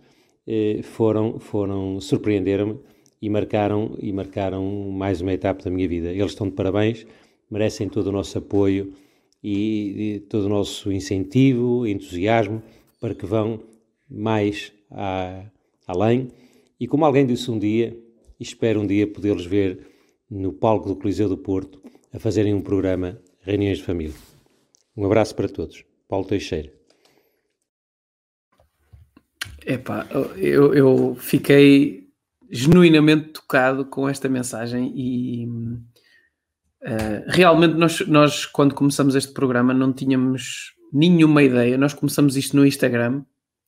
I: eh, foram, foram surpreenderam-me e marcaram, e marcaram mais uma etapa da minha vida. Eles estão de parabéns, merecem todo o nosso apoio e, e todo o nosso incentivo, entusiasmo, para que vão mais a- além. E como alguém disse um dia, espero um dia podê-los ver no palco do Coliseu do Porto a fazerem um programa Reuniões de Família. Um abraço para todos. Paulo Teixeira.
C: Epá, eu, eu fiquei genuinamente tocado com esta mensagem e hum, eh, realmente nós, nós, quando começamos este programa, não tínhamos nenhuma ideia. Nós começamos isto no Instagram,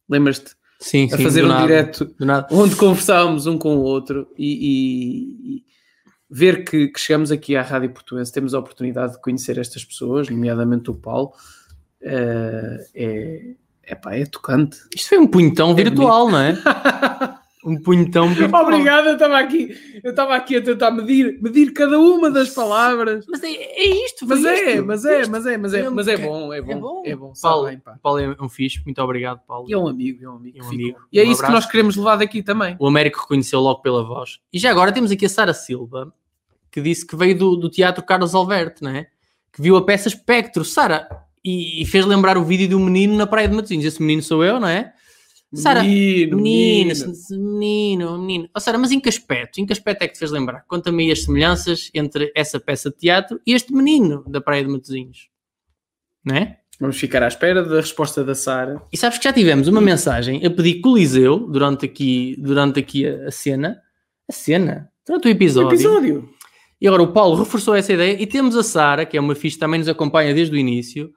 C: lembras-te?
D: Sim,
C: A
D: sim,
C: fazer
D: do
C: um
D: nada,
C: direto
D: Do nada.
C: onde conversávamos um com o outro e, e- e ver que, que chegamos aqui à Rádio Portuense, temos a oportunidade de conhecer estas pessoas, nomeadamente o Paulo, eh, é, epá, é tocante.
D: Isto foi um punhetão
C: É
D: virtual, não é?
C: <laughs>
D: Um punhetão virtual.
C: Obrigado, eu estava aqui, eu estava aqui a tentar medir, medir cada uma das palavras.
D: Mas é, é isto,
C: Mas
D: foi
C: é,
D: isto.
C: mas é, mas é, mas é,
D: Eu
C: mas é
D: nunca-
C: bom, é bom,
D: bom.
C: é bom. sabe
D: Paulo,
C: bem, pá.
D: Paulo é um fixe, muito obrigado, Paulo.
C: E é um amigo, é um amigo.
D: É um
C: que fica.
D: amigo.
C: E é
D: Um
C: isso que
D: abraço.
C: nós queremos levar daqui também.
D: O Américo reconheceu logo pela voz. E já agora temos aqui a Sara Silva, que disse que veio do, do Teatro Carlos Alberto, não é? Que viu a peça Espectro. Sara, e, e fez lembrar o vídeo do menino na Praia de Matosinhos. Esse menino sou eu, não é? Sara,
C: menino,
D: menino,
C: menino.
D: se- se- menino, menino. Oh, Sara, mas em que aspecto? Em que aspecto é que te fez lembrar? Conta-me aí as semelhanças entre essa peça de teatro e este menino da Praia de Matosinhos. Não é?
C: Vamos ficar à espera da resposta da Sara.
D: E sabes que já tivemos uma mensagem a pedir Coliseu durante aqui, durante aqui a, a cena. A cena? Durante o episódio.
C: Episódio.
D: E agora o Paulo reforçou essa ideia e temos a Sara, que é uma fixe, também nos acompanha desde o início,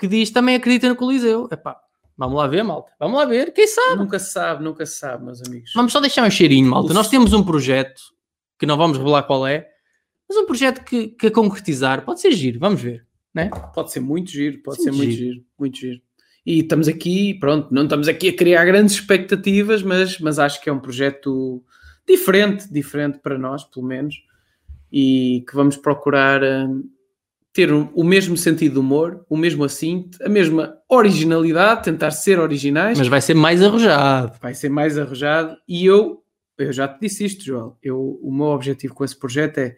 D: que diz também acredita no Coliseu. Epá, vamos lá ver, malta. Vamos lá ver, quem sabe?
C: Nunca se sabe, nunca se sabe, meus amigos.
D: Vamos só deixar um cheirinho, malta. Nós temos um projeto que não vamos revelar qual é, Mas um projeto que, que a concretizar pode ser giro, vamos ver. Né?
C: Pode ser muito giro, pode
D: Sim,
C: ser muito
D: giro.
C: giro, muito giro. E estamos aqui, pronto, não estamos aqui a criar grandes expectativas, mas, mas acho que é um projeto diferente, diferente para nós, pelo menos, e que vamos procurar hum, ter o- o mesmo sentido de humor, o mesmo assinto, a mesma originalidade, tentar ser originais.
D: Mas vai ser mais arrojado.
C: Vai ser mais arrojado. E eu, eu já te disse isto, Joel. Eu, o meu objetivo com esse projeto é.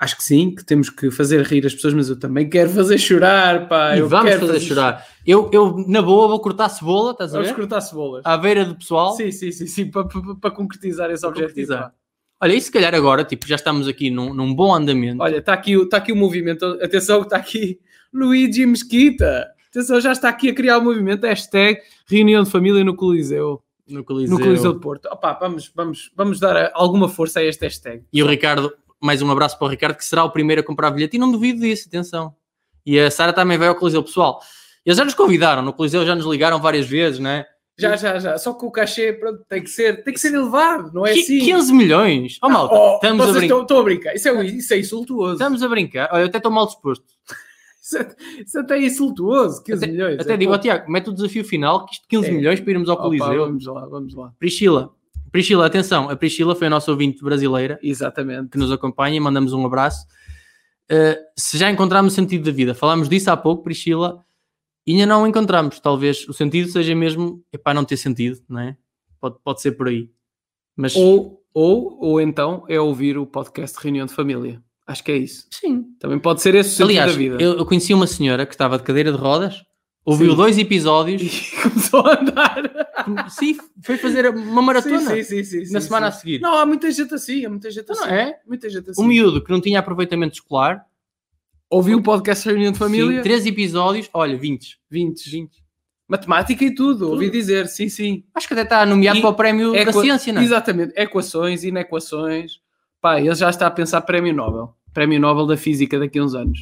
C: Acho que sim, que temos que fazer rir as pessoas, mas eu também quero fazer chorar, pá.
D: e
C: Ah, eu
D: vamos
C: quero
D: fazer, chorar. Eu, eu, na boa, vou cortar cebola, estás a
C: Vamos
D: ver?
C: cortar cebolas.
D: À beira do pessoal.
C: Sim, sim, sim, sim, para, para- para concretizar esse objetivo.
D: concretizar.
C: pá.
D: Olha, e se calhar agora, tipo, já estamos aqui num, num bom andamento.
C: Olha, está aqui, o- está aqui o movimento. Atenção, que está aqui Luigi Mesquita. Atenção, já está aqui a criar o movimento. Hashtag reunião de família no Coliseu.
D: No Coliseu.
C: No Coliseu de Porto. Opa, vamos, vamos, vamos dar a- alguma força a este hashtag.
D: E o Ricardo, mais um abraço para o Ricardo, que será o primeiro a comprar bilhete. E não duvido disso, atenção. E a Sara também vai ao Coliseu, pessoal. Eles já nos convidaram, no Coliseu já nos ligaram várias vezes, né?
C: Já, já, já. Só que o cachê pronto, tem, que ser, tem que ser elevado, não é
D: Qui-
C: assim?
D: 15 milhões! Oh, malta,
C: Oh,
D: estamos a
C: vocês
D: brincar.
C: estão, estão a brincar. Isso é, isso é insultuoso.
D: Estamos a brincar. Olha, eu até estou mal disposto.
C: Isso, é- isso até é insultuoso. 15 milhões.
D: Até
C: é
D: digo, ó,
C: pouco.
D: Tiago, mete o desafio final, que isto 15
C: É.
D: milhões para irmos ao
C: Opa,
D: Coliseu.
C: vamos lá, vamos lá.
D: Priscila. Priscila, atenção, a Priscila foi a nossa ouvinte brasileira.
C: Exatamente.
D: Que nos acompanha e mandamos um abraço. Uh, se já encontramos o sentido da vida, falámos disso há pouco, Priscila, e ainda não o encontramos. Talvez o sentido seja mesmo, epá, não ter sentido, não é? Pode, pode ser por aí. Mas
C: Ou, ou, ou então é ouvir o podcast de Reunião de Família. Acho que é isso.
D: Sim.
C: Também pode ser esse o sentido
D: Aliás,
C: da vida. <laughs>
D: Eu, eu conheci uma senhora que estava de cadeira de rodas, ouviu
C: Sim.
D: dois episódios e
C: começou a andar.
D: Sim, foi fazer uma maratona
C: Sim, sim, sim, sim,
D: na
C: sim,
D: semana
C: sim.
D: a seguir.
C: Não, há muita gente assim, há muita gente
D: Não
C: assim.
D: é?
C: Muita gente assim.
D: Um miúdo que não tinha aproveitamento escolar um
C: Ouviu o podcast de Reunião de Família?
D: Sim, três episódios, olha, 20.
C: 20. Matemática e tudo, ouvi dizer, sim, sim.
D: Acho que até está nomeado
C: E
D: para o prémio da
C: equa-
D: ciência, não é?
C: Exatamente, equações, inequações. Pá, ele já está a pensar prémio Nobel. Prémio Nobel da Física daqui a uns anos.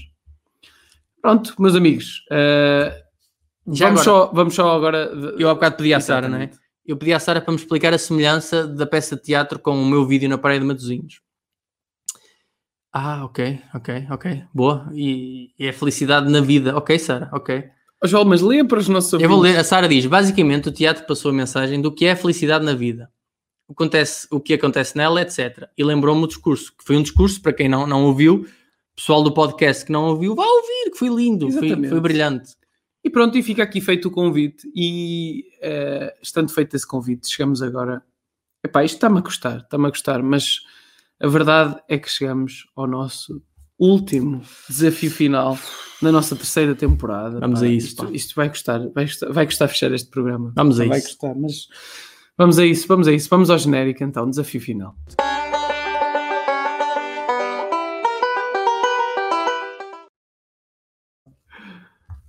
C: Pronto, meus amigos. eh,
D: Já
C: vamos,
D: agora-
C: só, vamos só agora.
D: Eu há bocado pedi à Sara, não é?
C: Exatamente.
D: Eu pedi à Sara para me explicar a semelhança da peça de teatro com o meu vídeo na Praia de Matosinhos. Ah, ok, ok, ok. Boa. E, e é felicidade na vida. Ok, Sara, ok.
C: Ó, Joel, mas lê para os nossos
D: Eu vou
C: ouvintes.
D: ler. A Sara diz: basicamente, o teatro passou a mensagem do que é a felicidade na vida, o, que acontece, o que acontece nela, etc. E lembrou-me o discurso, que foi um discurso, para quem não, não ouviu, pessoal do podcast que não ouviu, vá ouvir, que foi lindo, foi,
C: Exatamente.
D: foi brilhante.
C: E pronto, e fica aqui feito o convite. E eh, estando feito esse convite, chegamos agora. Epá, isto está-me a custar, está-me a custar, mas a verdade é que chegamos ao nosso último desafio final da nossa terceira temporada.
D: Vamos a isso, pá.
C: Isto, isto vai custar, vai custar, vai custar fechar este programa.
D: Vamos a
C: Vai
D: isso.
C: custar, mas vamos a isso, vamos a isso. Vamos ao genérico então, desafio final.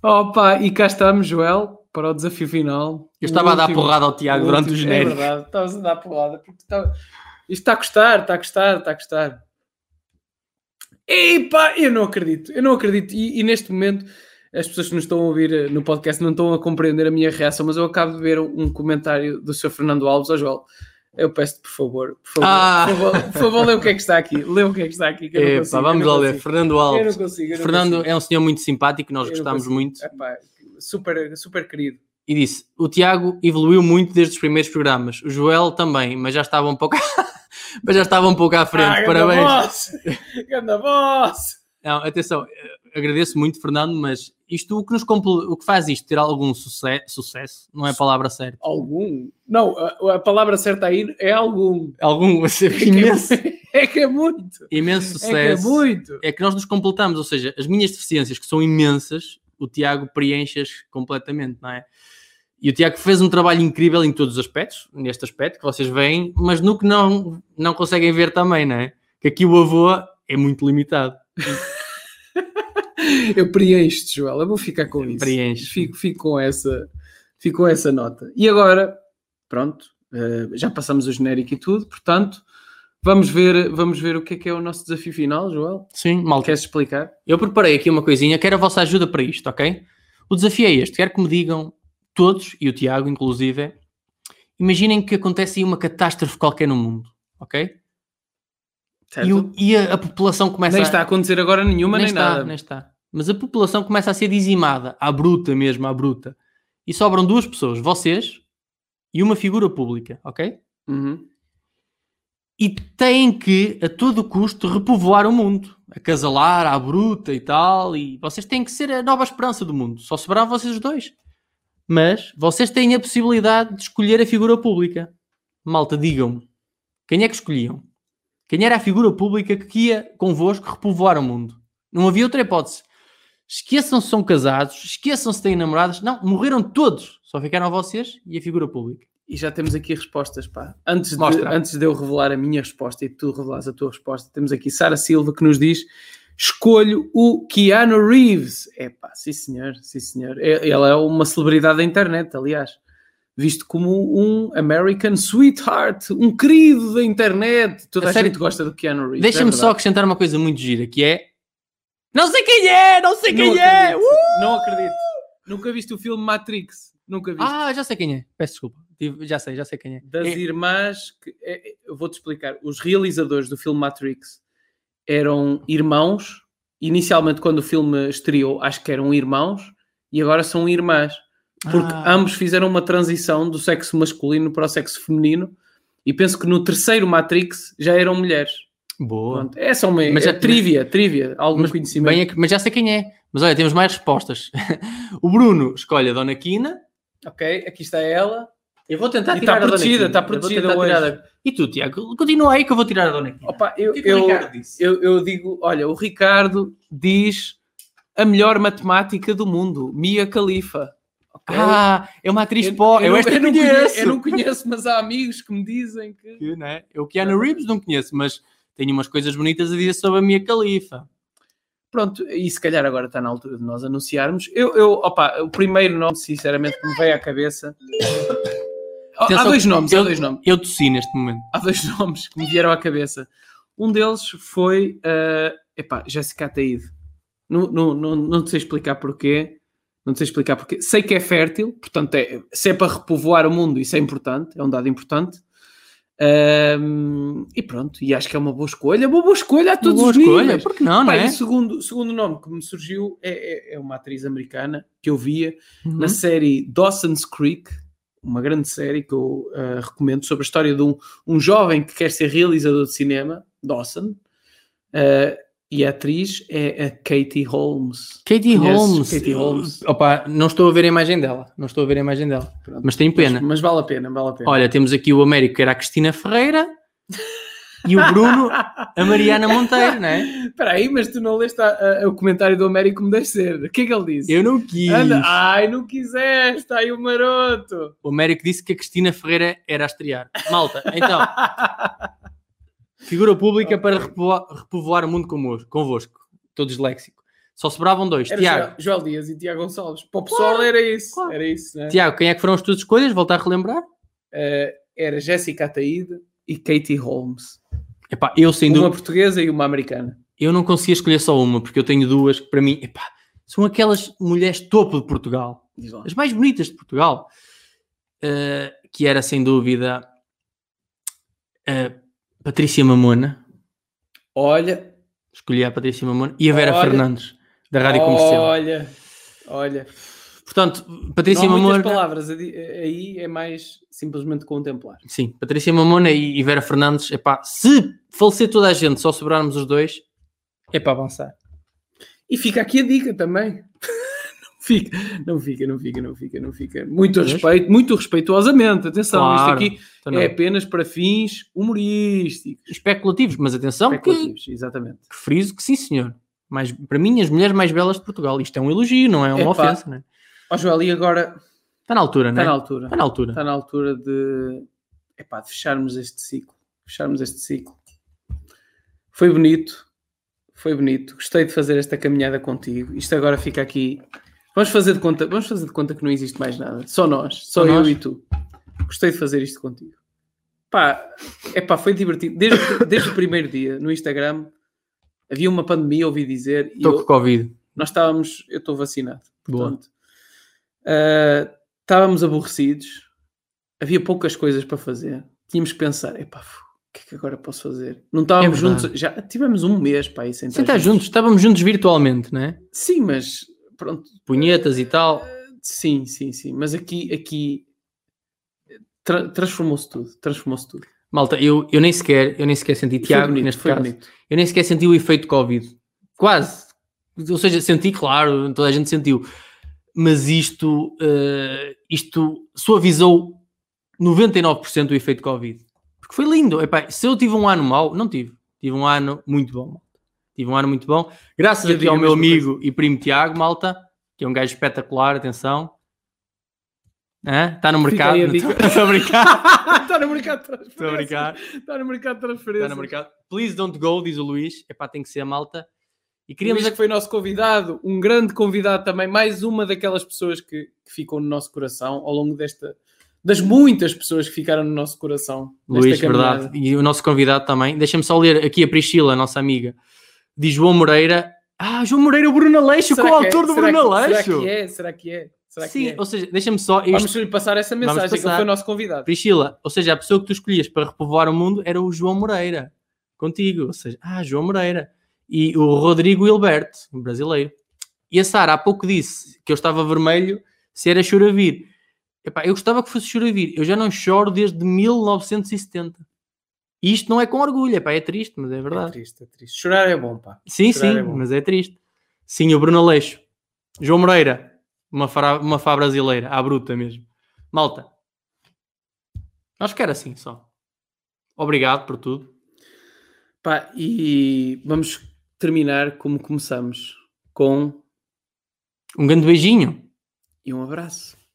C: Opa, e cá estamos, Joel, para o desafio final.
D: Eu estava a dar porrada ao Tiago
C: o
D: durante o genérico.
C: É verdade, estavas a dar porrada. Porque estava- Isto está a custar, está a custar, está a custar. Epá, eu não acredito, eu não acredito. E, e neste momento, as pessoas que nos estão a ouvir eh, no podcast não estão a compreender a minha reação, mas eu acabo de ver um um comentário do Sr. Fernando Alves, ó Joel. Eu peço-te, por favor, por favor,
D: Ah!
C: por favor, por favor, lê o que é que está aqui. Lê o que é que está aqui. que eu não
D: Epá,
C: consigo, eu
D: vamos
C: não
D: lá ler.
C: consigo.
D: Fernando Alves.
C: Eu não consigo, eu não
D: Fernando
C: consigo.
D: é um senhor muito simpático, nós
C: Eu não
D: gostámos
C: consigo.
D: muito.
C: Epá, super, super querido.
D: E disse: o Tiago evoluiu muito desde os primeiros programas. O Joel também, mas já estava um pouco, <laughs> mas já estava um pouco à frente.
C: Ah,
D: Parabéns.
C: Ganda voz!
D: Não, atenção, eh, agradeço muito, Fernando, mas isto o que nos compl- o que faz isto ter algum suce- sucesso, não é a palavra certa.
C: Algum? Não, a, a palavra certa aí é algum.
D: <laughs> Algum imenso,
C: <laughs> É que é muito.
D: imenso
C: É que é
D: sucesso.
C: muito.
D: é que nós nos completamos, ou seja, as minhas deficiências, que são imensas, o Tiago preenche-as completamente, não é? E o Tiago fez um trabalho incrível em todos os aspectos, neste aspecto que vocês veem, mas no que não, não conseguem ver também, não é? Que aqui o avô é muito limitado.
C: Eu preencho, Joel. Eu vou ficar com isso.
D: Preenche.
C: Fico, fico com essa, fico com essa nota. E agora, pronto, eh, já passamos o genérico e tudo, portanto, vamos ver, vamos ver o que é que é o nosso desafio final, Joel.
D: Sim, mal.
C: Queres explicar?
D: Eu preparei aqui uma coisinha, quero a vossa ajuda para isto, ok? O desafio é este, quero que me digam todos, e o Tiago inclusive, imaginem que acontece aí uma catástrofe qualquer no mundo, ok?
C: Certo.
D: E, o- e a, a população começa
C: Nem
D: a-
C: está a acontecer agora nenhuma, nem,
D: está,
C: nada.
D: Nem está. Mas a população começa a ser dizimada, à bruta mesmo, à bruta. E sobram duas pessoas, vocês e uma figura pública, ok?
C: Uhum.
D: E têm que, a todo custo, repovoar o mundo. Acasalar à bruta e tal. E vocês têm que ser a nova esperança do mundo. Só sobraram vocês os dois. Mas vocês têm a possibilidade de escolher a figura pública. Malta, digam-me. Quem é que escolhiam? Quem era a figura pública que ia convosco repovoar o mundo? Não havia outra hipótese. Esqueçam se são casados, esqueçam se têm namoradas. Não, morreram todos. Só ficaram vocês e a figura pública.
C: E já temos aqui respostas, pá. Antes de,
D: Mostra.
C: antes de eu revelar a minha resposta e tu revelares a tua resposta, temos aqui Sara Silva que nos diz: escolho o Keanu Reeves. É pá, sim senhor, sim senhor. É- Ele é uma celebridade da internet, aliás. Visto como um American sweetheart, um querido da internet. Toda a,
D: A sério?
C: gente gosta do Keanu Reeves.
D: Deixa-me
C: é
D: só
C: verdade.
D: acrescentar uma coisa muito gira, que é... Não sei quem é, não sei quem
C: Não
D: é!
C: acredito,
D: Uh!
C: Não acredito. Nunca viste o filme Matrix. Nunca viste.
D: Ah, já sei quem é. Peço desculpa. Tive- Já sei, já sei quem é.
C: das
D: É-
C: irmãs que é- é- eu vou-te explicar. Os realizadores do filme Matrix eram irmãos. Inicialmente, quando o filme estreou, acho que eram irmãos e agora são irmãs, porque
D: Ah.
C: ambos fizeram uma transição do sexo masculino para o sexo feminino. E penso que no terceiro Matrix já eram mulheres.
D: Boa.
C: Pronto, essa é uma
D: Mas
C: é
D: já-
C: trivia, trivia, algum conhecimento.
D: Bem, é que- mas já sei quem é. Mas olha, temos mais respostas. <laughs> o Bruno escolhe a Dona Quina. tá
C: Ok, aqui está ela.
D: Eu vou tentar
C: E
D: tirar
C: está
D: a Dona
C: protegida,
D: Quina.
C: está
D: Eu vou
C: protegida
D: tentar
C: hoje.
D: tirar a- E tu, Tiago, continua aí que eu vou tirar a Dona Quina.
C: Opa, eu,
D: que o
C: eu,
D: Ricardo
C: eu, eu digo, olha, o Ricardo diz a melhor matemática do mundo, Mia Khalifa. Ok?
D: Ah, é uma atriz pó. Eu,
C: não-
D: esta
C: não
D: conheço.
C: Eu não conheço, mas há amigos que me dizem que...
D: Que, né? Eu Keanu Reeves não conheço, mas tenho umas coisas bonitas a dizer sobre a minha califa.
C: Pronto, e se calhar agora está na altura de nós anunciarmos. Eu, eu opa, o primeiro nome, sinceramente, que me veio à cabeça... Há- há
D: Atenção
C: dois
D: que
C: nomes,
D: eu,
C: há dois nomes.
D: Eu tossi neste momento.
C: há dois <laughs> nomes que me vieram à cabeça. Um deles foi eh, epá, Jessica Ataíde. Não, não, não, não te sei explicar porquê. Não te sei explicar porquê. Sei que é fértil, portanto, é, se é para repovoar o mundo, isso é importante, é um dado importante. Ahm, e pronto, e acho que é uma boa escolha, uma boa escolha a todos
D: boa
C: os
D: escolha,
C: níveis.
D: porque não,
C: Pá,
D: não é?
C: e O segundo, segundo nome que me surgiu é, é- é uma atriz americana que eu via
D: Uhum.
C: na série Dawson's Creek, uma grande série que eu eh, recomendo sobre a história de um, um jovem que quer ser realizador de cinema, Dawson, eh, e a atriz é a Katie Holmes.
D: Katie
C: Conheces
D: Holmes.
C: Katie Holmes.
D: Opa, não estou a ver a imagem dela. Não estou a ver a imagem dela. Mas tenho pena.
C: Mas, mas vale a pena, vale a pena.
D: Olha, temos aqui o Américo, que era a Cristina Ferreira. E o Bruno, a Mariana Monteiro, não é?
C: Espera aí, mas tu não leste a- a- o comentário do Américo me deixe ser. O que é que ele disse?
D: Eu não quis.
C: Anda- Ai, não quiseste, aí o maroto.
D: ah. O Américo disse que a Cristina Ferreira era a estrear. Malta,
C: <laughs>
D: então. figura pública para repovoar, repovoar o mundo convosco. convosco. Estou disléxico. Só sobravam dois.
C: Era
D: Tiago,
C: Joel, Joel Dias e Tiago Gonçalves. Para o pessoal era isso. Era isso, né?
D: Tiago, quem é que foram as tuas escolhas? Voltar a relembrar?
C: Eh, era Jessica Ataíde e Katie Holmes.
D: Epá, eu sem
C: uma
D: dúvida.
C: portuguesa e uma americana.
D: Eu não conseguia escolher só uma, porque eu tenho duas que para mim, epá, são aquelas mulheres topo de Portugal.
C: Diz lá.
D: as mais bonitas de Portugal, eh, que era sem dúvida a Patrícia Mamona,
C: Olha,
D: escolhi a Patrícia Mamona, e a Vera
C: Olha.
D: Fernandes, da Rádio Comercial.
C: olha, olha.
D: Portanto,
C: Não
D: Patrícia
C: há muitas
D: Mamona,
C: palavras a di- aí, é mais simplesmente contemplar.
D: sim, Patrícia Mamona e e Vera Fernandes, epá, se falecer toda a gente, só sobrarmos os dois, é para avançar.
C: E fica aqui a dica também. <laughs> Não Fica, não fica, não fica, não fica, não fica. Muito
D: Vês?
C: respeito, muito respeituosamente. Atenção,
D: Claro,
C: isto aqui
D: Então, não.
C: é apenas para fins humorísticos.
D: Especulativos, mas atenção que,
C: especulativos, exatamente.
D: que friso que sim, senhor. Mas, para mim, as mulheres mais belas de Portugal. Isto é um elogio, não é uma
C: Epá.
D: ofensa, né?
C: Ó Joel, e agora
D: Está na altura,
C: está
D: né?
C: na altura.
D: Está na altura.
C: Está na altura de, epá, de fecharmos este ciclo. Fecharmos este ciclo. Foi bonito. Foi bonito. Gostei de fazer esta caminhada contigo. Isto agora fica aqui. Vamos fazer de conta, vamos fazer de conta que não existe mais nada. Só nós, só
D: Só
C: eu
D: nós.
C: e tu. Gostei de fazer isto contigo. Pá, epá, foi divertido. Desde, desde o primeiro dia no Instagram havia uma pandemia, ouvi dizer, e
D: Estou
C: eu-
D: com Covid.
C: nós estávamos, eu estou vacinado,
D: Boa.
C: portanto, ah, estávamos aborrecidos, havia poucas coisas para fazer, tínhamos que pensar, epá, fu, o que é que agora posso fazer? Não estávamos
D: É verdade.
C: juntos, já tivemos um mês para aí sem
D: Sem estar juntos, estávamos juntos virtualmente, não é?
C: Sim, mas pronto.
D: Punhetas e tal.
C: Sim, sim, sim. Mas aqui, aqui tra- transformou-se tudo. Transformou-se <laughs> tudo.
D: Malta, eu, eu nem sequer, eu nem sequer senti,
C: Foi
D: Tiago,
C: bonito,
D: neste
C: foi
D: caso,
C: bonito.
D: eu nem sequer senti o efeito Covid. Quase. Ou seja, senti, claro, toda a gente sentiu. Mas isto, eh, isto suavizou 99% do efeito Covid. Porque foi lindo. Epá, se eu tive um ano mau, não tive. Tive um ano muito bom. malta. Tive um ano muito bom. Graças
C: Eu
D: aqui
C: digo
D: ao
C: a
D: meu
C: mesma
D: amigo e primo Tiago, malta, que é um gajo espetacular, atenção. Está no
C: Fica
D: mercado. <laughs>
C: aí a
D: não
C: dica.
D: Estou a brincar.
C: Está Tá no mercado de transferências.
D: Estou a brincar.
C: Está no mercado de transferências.
D: Está no mercado. Please don't go, diz o Luís. É pá, tem que ser a malta. E queríamos. é
C: Luís, que foi o nosso convidado, um grande convidado também, mais uma daquelas pessoas que, que ficou no nosso coração ao longo desta das muitas pessoas que ficaram no nosso coração. nesta
D: Luís,
C: caminhada.
D: verdade. E o nosso convidado também. Deixa-me só ler aqui a Priscila, a nossa amiga. Diz João Moreira. Ah, João Moreira, o Bruno Aleixo,
C: Será que é?
D: co-autor do
C: Será
D: Bruno
C: que- Será
D: Aleixo.
C: que é? Será que é? Será
D: Sim,
C: que é?
D: ou seja, deixa-me só. eu-
C: Vamos lhe passar essa
D: Vamos
C: mensagem que ele
D: passar.
C: foi o nosso convidado.
D: Priscila, ou seja, a pessoa que tu escolhias para repovoar o mundo era o João Moreira. Contigo, ou seja, ah, João Moreira. E o Rodrigo Hilberto, um brasileiro. E a Sara há pouco disse que eu estava vermelho se era choravir. Epá, eu gostava que fosse choravir. Eu já não choro desde 1970. E isto não é com orgulho, epá, é triste, mas é verdade.
C: triste, é triste. Chorar é bom, pá.
D: Sim,
C: Chorar
D: sim,
C: é bom.
D: mas é triste. Sim, o Bruno Aleixo. João Moreira, uma fá, uma fá brasileira, à bruta mesmo. Malta, nós quer assim só. Obrigado por tudo.
C: Pá, e vamos terminar como começamos, com
D: Um grande beijinho.
C: e um abraço.